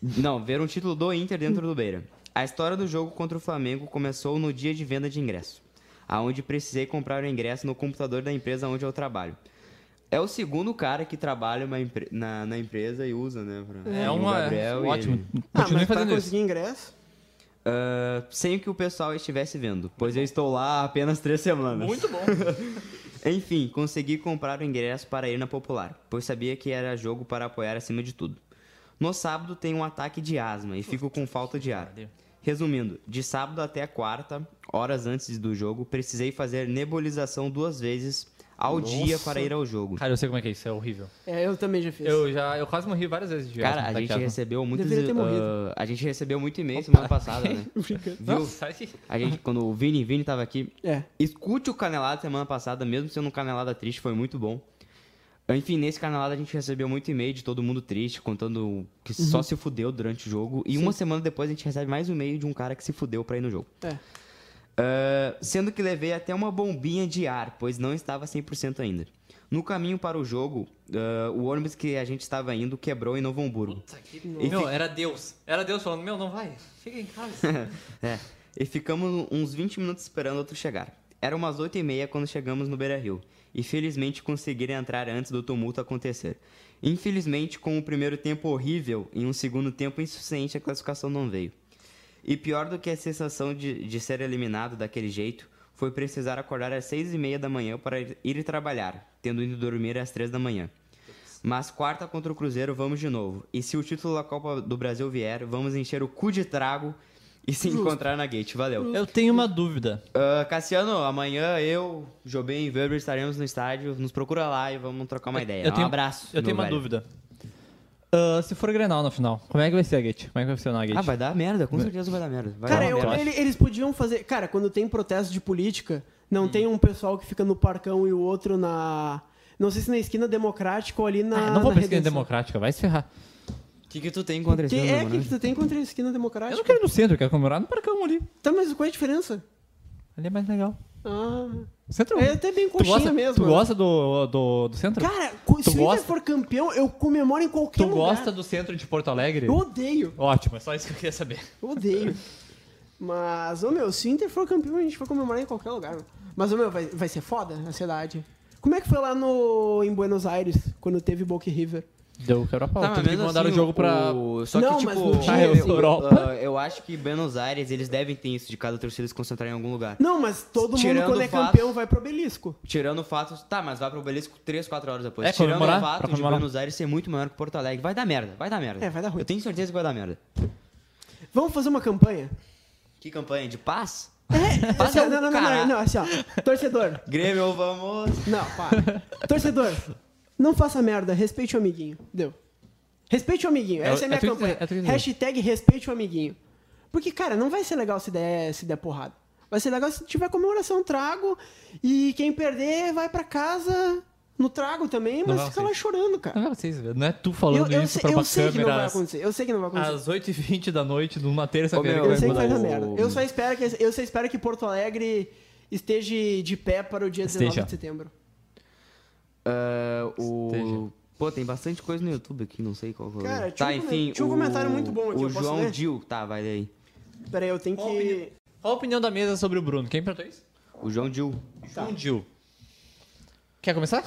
Não, ver um título do Inter dentro do Beira. A história do jogo contra o Flamengo começou no dia de venda de ingresso, aonde precisei comprar o ingresso no computador da empresa onde eu trabalho. É o segundo cara que trabalha uma empre- na, na empresa e usa, né? pra-
É
o
uma.
Gabriel e
ótimo.
ele.
Ah,
Continue
mas pra
fazendo isso.
conseguir ingresso...
Ah, sem que o pessoal estivesse vendo, pois eu estou lá há apenas três semanas.
Muito bom.
(laughs) Enfim, consegui comprar o ingresso para ir na Popular, pois sabia que era jogo para apoiar acima de tudo. No sábado tenho um ataque de asma e fico com falta de ar. Resumindo, de sábado até a quarta, horas antes do jogo, precisei fazer nebulização duas vezes ao dia para ir ao jogo.
Cara, eu sei como é que é isso, é horrível.
É, eu também já fiz.
Eu já. Eu quase morri várias vezes de
Cara,
asma,
a
tá
gente
quieto.
recebeu muitos,
Deveria ter
ah,
morrido.
a gente recebeu muito e-mail semana passada, né?
Nossa,
Viu?
sai que-
A gente quando o Vini, Vini tava aqui,
É.
Escute o Canelada semana passada, mesmo sendo um Canelada triste, foi muito bom. Enfim, nesse Canelada a gente recebeu muito e-mail de todo mundo triste, contando que só se fudeu durante o jogo. E uma semana depois a gente recebe mais um e-mail de um cara que se fudeu pra ir no jogo.
É.
Ah, sendo que levei até uma bombinha de ar, pois não estava 100% ainda. No caminho para o jogo, ah, o ônibus que a gente estava indo quebrou em Novo Hamburgo.
Meu, era Deus. Era Deus falando, meu, não vai. Fica em casa.
(laughs) É, e ficamos uns 20 minutos esperando outro chegar. Era umas 8 e meia quando chegamos no Beira Rio. E felizmente conseguiram entrar antes do tumulto acontecer. Infelizmente, com o primeiro tempo horrível e um segundo tempo insuficiente, a classificação não veio. E pior do que a sensação de, de ser eliminado daquele jeito, foi precisar acordar às 6 e meia da manhã para ir, ir trabalhar, tendo ido dormir às 3 da manhã. Mas quarta contra o Cruzeiro, vamos de novo. E se o título da Copa do Brasil vier, vamos encher o cu de trago e se encontrar na gate. Valeu.
Eu tenho uma dúvida.
Ah, Cassiano, amanhã eu, Jobim e Weber estaremos no estádio. Nos procura lá e vamos trocar uma ideia.
eu tenho,
um abraço.
Eu tenho
meu
uma
velho.
dúvida. Ah, se for Grenal na final, como é que vai ser a Gate? Como é que vai funcionar a Gate?
Ah, vai dar merda, com certeza vai dar merda. Vai
Cara,
dar
eu-
merda.
ele- eles podiam fazer. Cara, quando tem protesto de política,
Hum.
não tem um pessoal que fica no parcão e o outro na. Não sei se na esquina democrática ou ali na.
Ah, não vou
na
pra esquina
Redenção.
democrática, vai se ferrar.
O que, que tu tem contra esse
Que é
ano,
que
mano?
tu tem contra a esquina
Eu
democrática?
não quero ir no centro, eu quero comemorar no parcão ali.
Tá, mas qual é a diferença?
Ali é mais legal.
Ah.
Centro.
É até
um
bem
tu
coxinha
gosta,
mesmo.
Tu
né?
gosta do, do, do centro?
Cara, co- se
Tu
o
gosta?
Inter for campeão, eu comemoro em qualquer
um
tu
lugar.
gosta do centro de Porto Alegre?
Eu odeio,
Ótimo, é só isso que eu queria saber.
eu odeio. Mas, ô meu, se o Inter for campeão, a gente vai comemorar em qualquer lugar. meu. Mas, ô meu, vai, vai ser foda a cidade. Como é que foi lá no, em Buenos Aires, quando teve Boca e River?
Deu quebra pau. Tá,
Tá, mas
Teve que
mesmo
mandar
assim,
o jogo pra.
o- Só
Não,
que,
mas
tipo,
no time,
eu,
assim,
Europa. eu acho que Buenos Aires, eles devem ter isso, de cada torcida se concentrar em algum lugar.
Não, mas todo
Tirando
mundo, quando é
o fato-
campeão, vai pro obelisco.
Tirando o fato... Tá, mas vai pro Obelisco 3, 4 horas depois.
É,
Tirando o
comemorar,
fato
pra
de
comemorar.
Buenos Aires ser muito maior que Porto Alegre. Vai dar merda, vai dar merda.
É, vai dar ruim.
Eu tenho certeza que vai dar merda.
Vamos fazer uma campanha?
Que campanha, de paz?
Assim, ó,
um
o
não, não, não, não,
cara.
não, assim, ó. Torcedor.
Grêmio, vamos...
Não, para. (laughs) Torcedor. Não faça merda, respeite o amiguinho. Deu. Respeite o amiguinho.
É,
Essa é a
é
minha
tu-
campanha.
é tu entender.
Hashtag respeite o amiguinho. Porque, cara, não vai ser legal se der, se der porrada. Vai ser legal se tiver comemoração, trago. E quem perder vai pra casa no trago também, mas
vai
fica
acontecer.
lá chorando, cara.
Não é vocês, velho. Não é tu falando
eu eu,
isso
sei,
pra
eu
uma
sei que não vai
câmera às,
acontecer. Eu sei que não vai acontecer.
às 8h20 da noite, numa terça-feira.
Ô,
que
meu,
Eu
vai
sei que
mudar.
vai dar
o-
merda. Eu só espero que, eu só espero que Porto Alegre esteja de pé para o dia 19
Esteja.
de setembro.
Ah, o...
Esteja.
Pô, tem bastante coisa no YouTube aqui, não sei qual que eu
Cara,
leio.
tinha
tá,
um
enfim,
comen- tinha um
o-
comentário muito bom aqui,
O
eu posso
João
ler?
Dil, tá, vai daí.
Pera aí, eu tenho
Qual
que.
Qual a opinião da mesa sobre o Bruno? Quem perguntou isso?
O João Dil.
João Dil. Quer começar?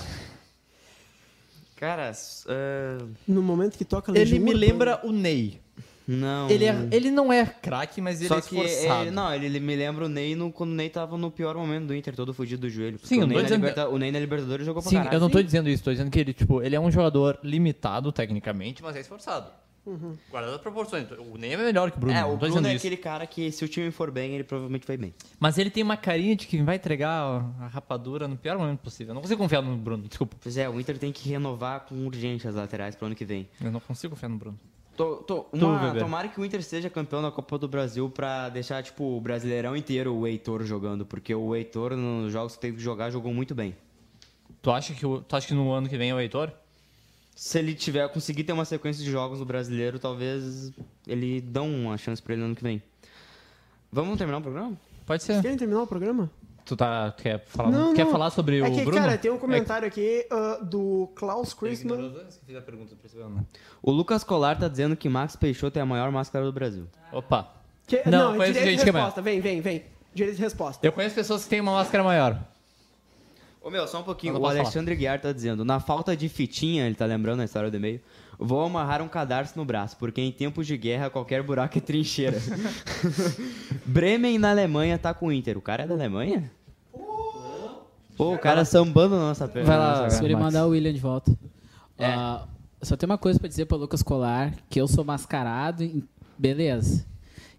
Cara, s- ah,
No momento que toca
Ele
Legião
me
Urbana.
lembra o Ney.
não.
Ele, é- ele não é craque, mas ele
Só
é
que
esforçado.
ele, não, ele, ele me lembra o Ney no- quando o Ney tava no pior momento do Inter, todo fudido do joelho. Porque
Sim, eu
o
não
Ney,
tô
na
dizendo-
Liberta- o Ney na Libertadores jogou
Sim,
pra caralho.
eu não tô dizendo isso, tô dizendo que ele, tipo, ele é um jogador limitado tecnicamente, mas é esforçado. Guardado as proporções. O Ney é melhor que o Bruno,
É,
não
o
tô
Bruno
dizendo
é
isso.
aquele cara que se o time for bem, ele provavelmente vai bem.
Mas ele tem uma carinha de que vai entregar a rapadura no pior momento possível. Eu não consigo confiar no Bruno, desculpa.
Pois é, o Inter tem que renovar com urgência as laterais pro ano que vem.
Eu não consigo confiar no Bruno.
Tô, tô, uma,
Weber.
tomara que o Inter seja campeão da Copa do Brasil pra deixar, tipo, o Brasileirão inteiro o Heitor jogando, porque o Heitor nos jogos que teve que jogar jogou muito bem.
Tu acha que, o- tu acha que no ano que vem é o Heitor?
Se ele tiver conseguir ter uma sequência de jogos no brasileiro, talvez ele dão uma chance pra ele no ano que vem. Vamos terminar o programa?
Pode ser.
Querem terminar o programa?
Tu tá, tu quer falar,
Não,
quer
não.
falar sobre
é
o
que,
Bruno?
cara, tem um comentário aqui ah, do Klaus Christman.
a pergunta, percebeu, né?
O Lucas Colar tá dizendo que Max Peixoto é a maior máscara do Brasil.
Opa.
Que-
Não,
não,
conheço
direito de
gente que é
resposta. Vem, vem, vem. Direito de resposta.
Eu conheço pessoas que têm uma máscara maior.
Ô meu, só um pouquinho.
Não, não
O
posso
Alexandre Guiar tá dizendo, na falta de fitinha, ele tá lembrando a história do e-mail, vou amarrar um cadarço no braço, porque em tempos de guerra qualquer buraco é trincheira. (laughs) Bremen na Alemanha tá com o Inter. O cara é da Alemanha? Pô, o cara sambando na nossa perna.
Vai lá,
nossa
Max.
Se ele mandar o William de volta.
É.
Ah, só tem uma coisa pra dizer pro Lucas Colar, que eu sou mascarado, em- beleza.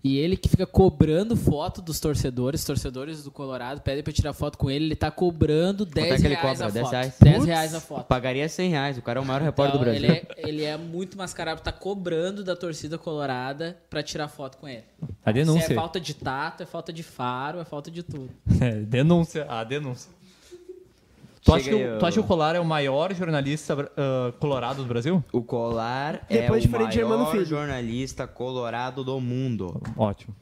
E ele que fica cobrando foto dos torcedores, torcedores do Colorado pedem pra eu tirar foto com ele, ele tá cobrando 10
é que ele
reais
cobra?
a
10
foto.
reais?
10
Putz.
reais a
cara.
foto.
Pagaria 100 reais, o cara é o maior repórter do
Então,
Brasil.
ele, é, ele é muito mascarado, tá cobrando da torcida colorada pra tirar foto com ele.
A
Isso é
denúncia.
falta de tato, é falta de faro, é falta de tudo.
(laughs) É, denúncia. A denúncia. Tu acha, que,
Chega aí,
o- tu
ô.
acha que o Colar é o maior jornalista ah, colorado do Brasil?
O Colar
Depois
é o
diferente de Germano
maior
Filho.
jornalista colorado do mundo.
Ótimo.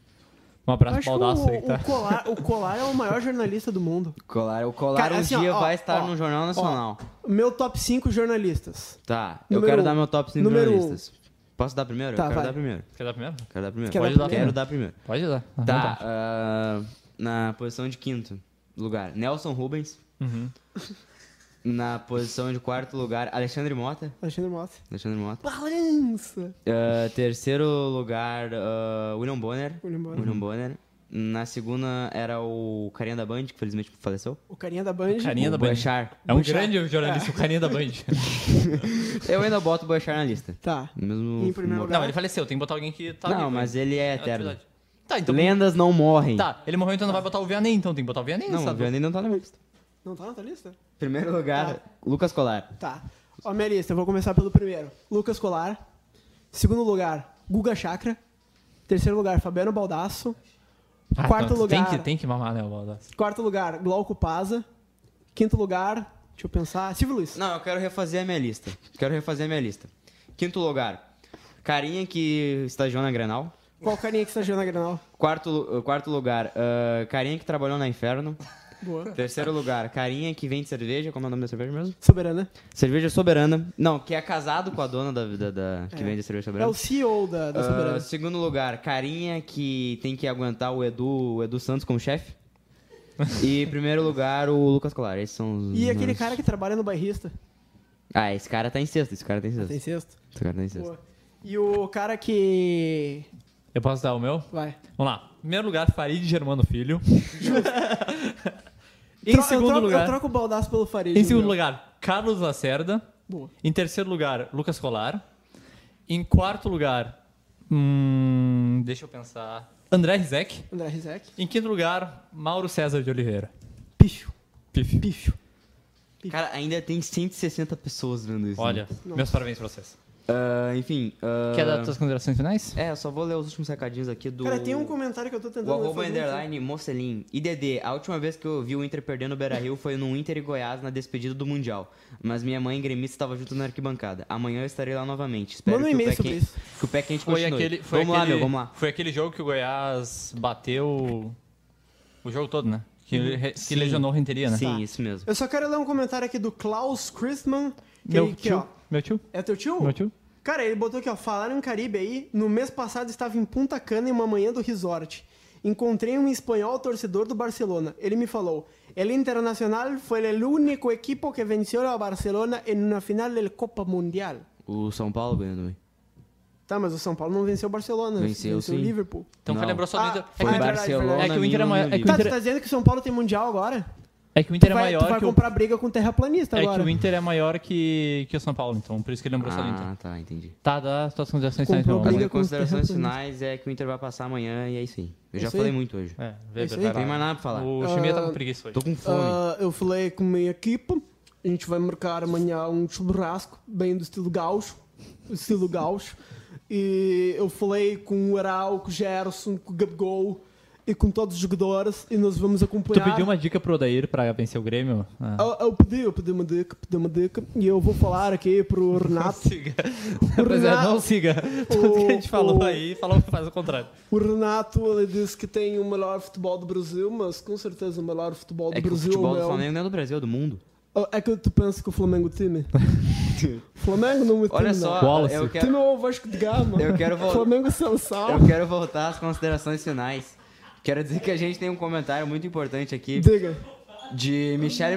Um
Eu
abraço
acho
pro
que
Baldaço aí
o,
que tá.
o Colar, o Colar é o maior jornalista do mundo.
Colar, o Colar
Cara,
um
assim, ó,
dia
ó,
vai estar
ó,
no Jornal Nacional.
Meu top 5 jornalistas.
Tá, eu
Número
quero
um.
dar meu top 5
Número
jornalistas. Posso dar primeiro?
Tá,
eu quero
vai.
dar primeiro.
Quer dar primeiro?
Quero dar primeiro.
Quer
Pode
dar
dar,
primeiro? Então
quero
Pode
dar primeiro.
dar. Ah,
Tá,
vontade.
ah, na posição de quinto lugar, Nelson Rubens.
Uhum.
(laughs) Na posição de quarto lugar, Alexandre Mota.
Alexandre Mota.
Alexandre Mota.
Balança!
Ah, terceiro lugar, ah, William Bonner.
William Bonner.
William Bonner. Na segunda era o carinha da Band, que felizmente faleceu.
O carinha da Band.
Carinha
o
da Band.
Boechat.
É um grande jornalista, o carinha da Band.
Eu ainda boto o Boechat na lista.
Tá.
Mesmo
Em primeiro lugar.
(laughs) Não, ele faleceu, tem que botar alguém que tá
Não,
vivo,
mas
hein?
ele é
É
eterno.
verdade. Tá, então.
Lendas não morrem.
Tá, ele morreu, então não vai botar o Vianney, então tem que botar o Vianney,
Não, o
sabe?
Vianney não tá na minha lista.
Não tá na tua lista?
Primeiro lugar, Lucas Colar.
Tá. Ó, minha lista, eu vou começar pelo primeiro. Lucas Colar. Segundo lugar, Guga Chakra. Terceiro lugar, Fabiano Baldasso.
Ah,
Quarto
então,
lugar.
Tem que, tem que mamar, né, o Baldaço.
Quarto lugar, Glauco Paza. Quinto lugar, deixa eu pensar, Silvio Luiz.
Não, eu quero refazer a minha lista. Quero refazer a minha lista. Quinto lugar, Carinha que estagiou na Grenal.
Qual carinha que estagiou na Granal?
Quarto, lu- uh, quarto lugar, ah, Carinha que trabalhou na Inferno.
Boa.
Terceiro lugar, Carinha que vende cerveja. Como é o nome da cerveja mesmo?
Soberana.
Cerveja Soberana. Não, que é casado com a dona da, da, da- que
É.
vende a
É
cerveja soberana.
o CEO da, da Soberana.
Ah, segundo lugar, Carinha que tem que aguentar o Edu, o Edu Santos
(laughs)
como chefe. E primeiro lugar, o Lucas Colar. Esses são os.
e aquele
meus-
cara que trabalha no bairrista.
Ah, esse cara tá em sexto, esse cara tá em sexto.
Tem sexto.
Esse cara tá em sexto.
Boa. E o cara que.
Eu posso dar o meu?
Vai.
Vamos lá. Em primeiro lugar, Farid
(laughs)
Germano Filho. em
Tro- eu
segundo
troco-
lugar.
Eu troco o baldaço pelo Farid.
Em segundo
meu.
lugar, Carlos Lacerda.
Boa.
Em terceiro lugar, Lucas Colar. Em quarto lugar, hum, deixa eu pensar. André Rizek.
André Rizek.
Em quinto lugar, Mauro César de Oliveira.
Picho.
Pif. Pif.
Cara, ainda tem 160 pessoas vendo isso. né?
Olha, meus parabéns pra vocês.
Ah, enfim. ah,
Quer dar suas considerações finais?
É, eu só vou ler os últimos recadinhos aqui do.
Cara, tem um comentário que eu tô
O
tentando
arroba
faz muito tempo.
underline Mocelin. IDD, a última vez que eu vi o Inter perdendo o Beira Rio foi no Inter e Goiás na despedida do Mundial. Mas minha mãe gremista estava junto na arquibancada. Amanhã eu estarei lá novamente. Espero
Manda um
que, o
e-mail
pé
sobre
quente,
isso.
que o pé quente continue. vamos lá, meu, vamos lá.
Foi aquele jogo que o Goiás bateu o jogo todo, né? Que, re- que lesionou o Renteria, né?
Sim, isso mesmo.
Eu só quero ler um comentário aqui do Klaus Christman. Que
Meu
ele- que,
tio.
ó,
Meu tio?
é teu tio?
Meu tio?
Cara, ele botou aqui, ó. Falaram em Caribe aí. No mês passado estava em Punta Cana em uma manhã do resort. Encontrei um espanhol torcedor do Barcelona. Ele me falou: El Internacional foi o único equipo que venceu a Barcelona em uma final da Copa Mundial.
O São Paulo ganhando, velho.
Tá, mas o São Paulo não venceu o Barcelona.
Venceu,
o
sim.
Liverpool.
Então
Não.
foi lembrou só do
Ah,
Inter.
Foi
Ah, é verdade,
Barcelona.
verdade.
É que o Inter é
Milan
maior-
e
é que o
Tá,
Inter-
tu tá dizendo que o São Paulo tem Mundial agora?
É que o Inter é
tu vai, tu
maior
vai
que o...
comprar briga com o terraplanista
É que
agora.
o Inter é maior que, que o São Paulo, então por isso que ele lembrou só do Inter.
Ah, tá, entendi.
Tá, dá as tuas considerações
Comprou
finais, meu
o
As
amor.
Liga
minhas
com os
considerações
terraplanistas.
finais é que o Inter vai passar amanhã e é isso aí. Eu
É
já
isso
falei
aí.
muito hoje.
É,
isso
Weber,
aí.
vai
Não tem
lá.
mais nada pra falar.
O Chimia tá com preguiça hoje.
Tô com fome.
Ah, eu falei com minha equipe. A gente vai marcar amanhã um churrasco, bem do estilo gaúcho. Estilo gaúcho. E eu falei com o Arau, com o Gerson, com o Gabigol e com todos os jogadores. E nós vamos
Tu
acompanhar.
pediu uma dica pro Odair pra vencer o Grêmio? Ah.
Eu, eu pedi, eu pedi uma dica, pedi uma dica. E eu vou falar aqui pro
(laughs)
Renato.
Siga.
O
(laughs) Pois é,
Renato,
não siga. Tudo que a gente falou
o-
aí, falou que faz o contrário.
o Renato, ele disse que tem o melhor futebol do Brasil, mas com certeza o melhor futebol do
É que o
Brasil
futebol
é
do
o-
Flamengo não é do Brasil, é do mundo.
É que tu pensa que o Flamengo é
(laughs)
time? Flamengo não é time,
Olha
não.
só,
Wallace.
eu
Tu
quero,
não é o Vasco de Gama.
Eu quero vol-
Flamengo São Sal.
eu quero voltar às considerações finais. Quero dizer que a gente tem um comentário muito importante aqui
Diga,
de Michele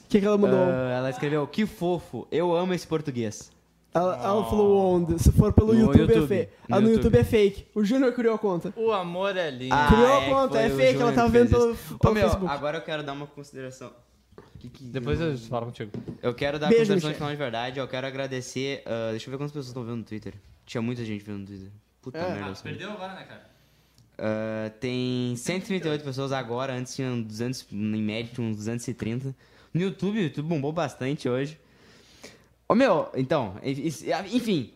é o que, que ela mandou?
Ah, ela escreveu, que fofo, eu amo esse português.
ela, ela falou onde? Se for pelo
No
YouTube, é
YouTube.
fake.
No
Ah, no
YouTube.
YouTube é fake. O Júnior criou a conta.
O amor é lindo.
Ah,
Criou a
que
conta,
foi
é
o
fake,
Júnior
ela tá
que fez
vendo
isso.
pelo-
Ô,
pelo
meu,
Facebook.
agora eu quero dar uma consideração. Que que-
Depois eu falo contigo.
Eu quero dar
Beijo, Michel.
consideração de final de verdade. Eu quero agradecer. ah, deixa eu ver quantas pessoas estão vendo no Twitter. Tinha muita gente vendo no Twitter. Puta
É.
merda. eu sei.
agora, né, cara?
Ah, tem 138 pessoas agora. Antes tinha 200, em média, tinha uns 230. No YouTube, o YouTube bombou bastante hoje. Ô meu, então, e- e- enfim.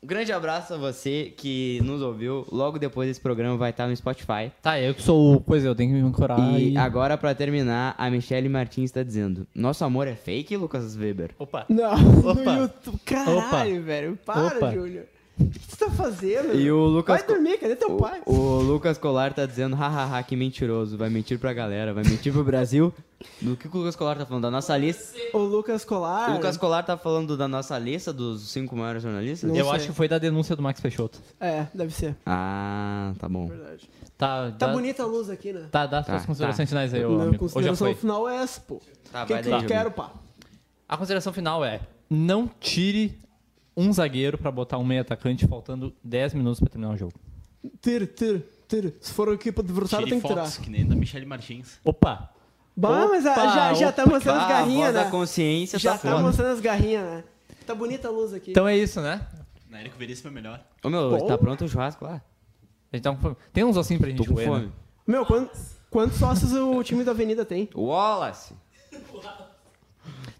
Um grande abraço a você que nos ouviu. Logo depois desse programa vai estar no Spotify.
Tá, eu que sou o. Pois é, eu tenho que me ancorar.
E
E...
agora, pra terminar, a Michelle Martins está dizendo: Nosso amor é fake, Lucas Weber?
Opa.
Não,
Opa.
no YouTube. Caralho, velho. Para,
Opa.
Júnior. O que que tu tá fazendo?
E o Lucas.
Vai dormir, cadê teu
O,
pai?
o Lucas Colar tá dizendo, hahaha, que mentiroso. Vai mentir pra galera, vai mentir pro Brasil. Do que que o Lucas Colar tá falando? Da nossa lista.
O Lucas Colar.
O Lucas Colar tá falando da nossa lista dos cinco maiores jornalistas?
Não
eu
sei.
acho que foi da denúncia do Max Peixoto.
É, deve ser.
Ah, tá bom.
Verdade.
Tá,
Tá
dá,
bonita a luz aqui, né?
Tá, dá as tuas
Tá,
considerações finais aí, ô
Não,
amigo. Ou já
consideração
foi.
final é essa, pô.
Tá,
o que,
vai
que
daí,
eu
Júnior.
quero, pá?
A consideração final é: não tire um zagueiro pra botar um meio atacante faltando 10 minutos pra terminar o jogo.
Tire, tire, tire. Se for a equipa adversária,
Tire
tem que tirar.
Fox, que nem da Michelle Martins.
Opa!
Bah, mas a-
Opa,
já, já tá mostrando as
Ah, a
garrinhas,
voz
né?
da consciência
Já
tá
tá
foda.
mostrando as garrinhas, né? Tá bonita a luz aqui.
Então é isso, né?
Na Érico Veríssimo é melhor.
Ô meu,
Bom.
tá pronto o churrasco lá?
A gente tá com fome. Tem uns ossinhos pra gente
Tô com
roer, né?
fome.
Meu, quan- quantos sócios o time da Avenida tem?
Wallace!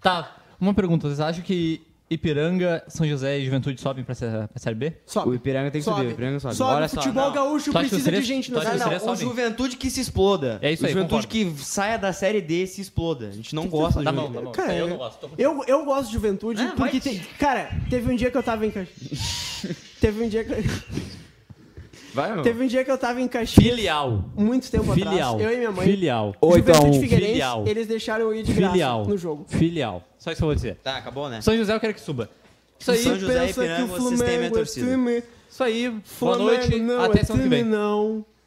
Tá, uma pergunta. Vocês acham que Ipiranga, São José e Juventude sobem pra, sé- pra Série B?
O
Sobe.
Ipiranga tem que subir, o Ipiranga sobe.
Sobe,
Olha só.
futebol
não.
gaúcho
Tu acha que os
precisa
três-
de gente
tu
na
acha que os
cidade.
três
Não, o
sobem?
Juventude que se exploda.
É isso aí,
O Juventude
concordo.
que saia da Série D se exploda. A gente não gosta do
Tá bom,
Juventude.
tá bom.
Cara,
eu não gosto. Tô com-
Eu, eu gosto de juventude
Ah,
porque
vai
tem. Cara, teve um dia que eu tava em
(laughs)
Caxias. teve um dia que.
Vai, meu.
Teve um dia que eu tava em Caxias
Filial.
muito tempo
Filial.
atrás. Eu e minha mãe.
Filial. então,
Juventude
Oito a um.
Figueirense,
Filial.
eles deixaram eu ir de graça
Filial.
no jogo.
Filial. Só isso que eu vou dizer.
Tá, acabou, né?
São José eu quero que suba. Isso aí,
São José e Ipiranga, vocês têm a minha torcida.
é time,
isso aí. Boa
Flamengo
noite.
não
Até
é
semana que
time
vem.
não.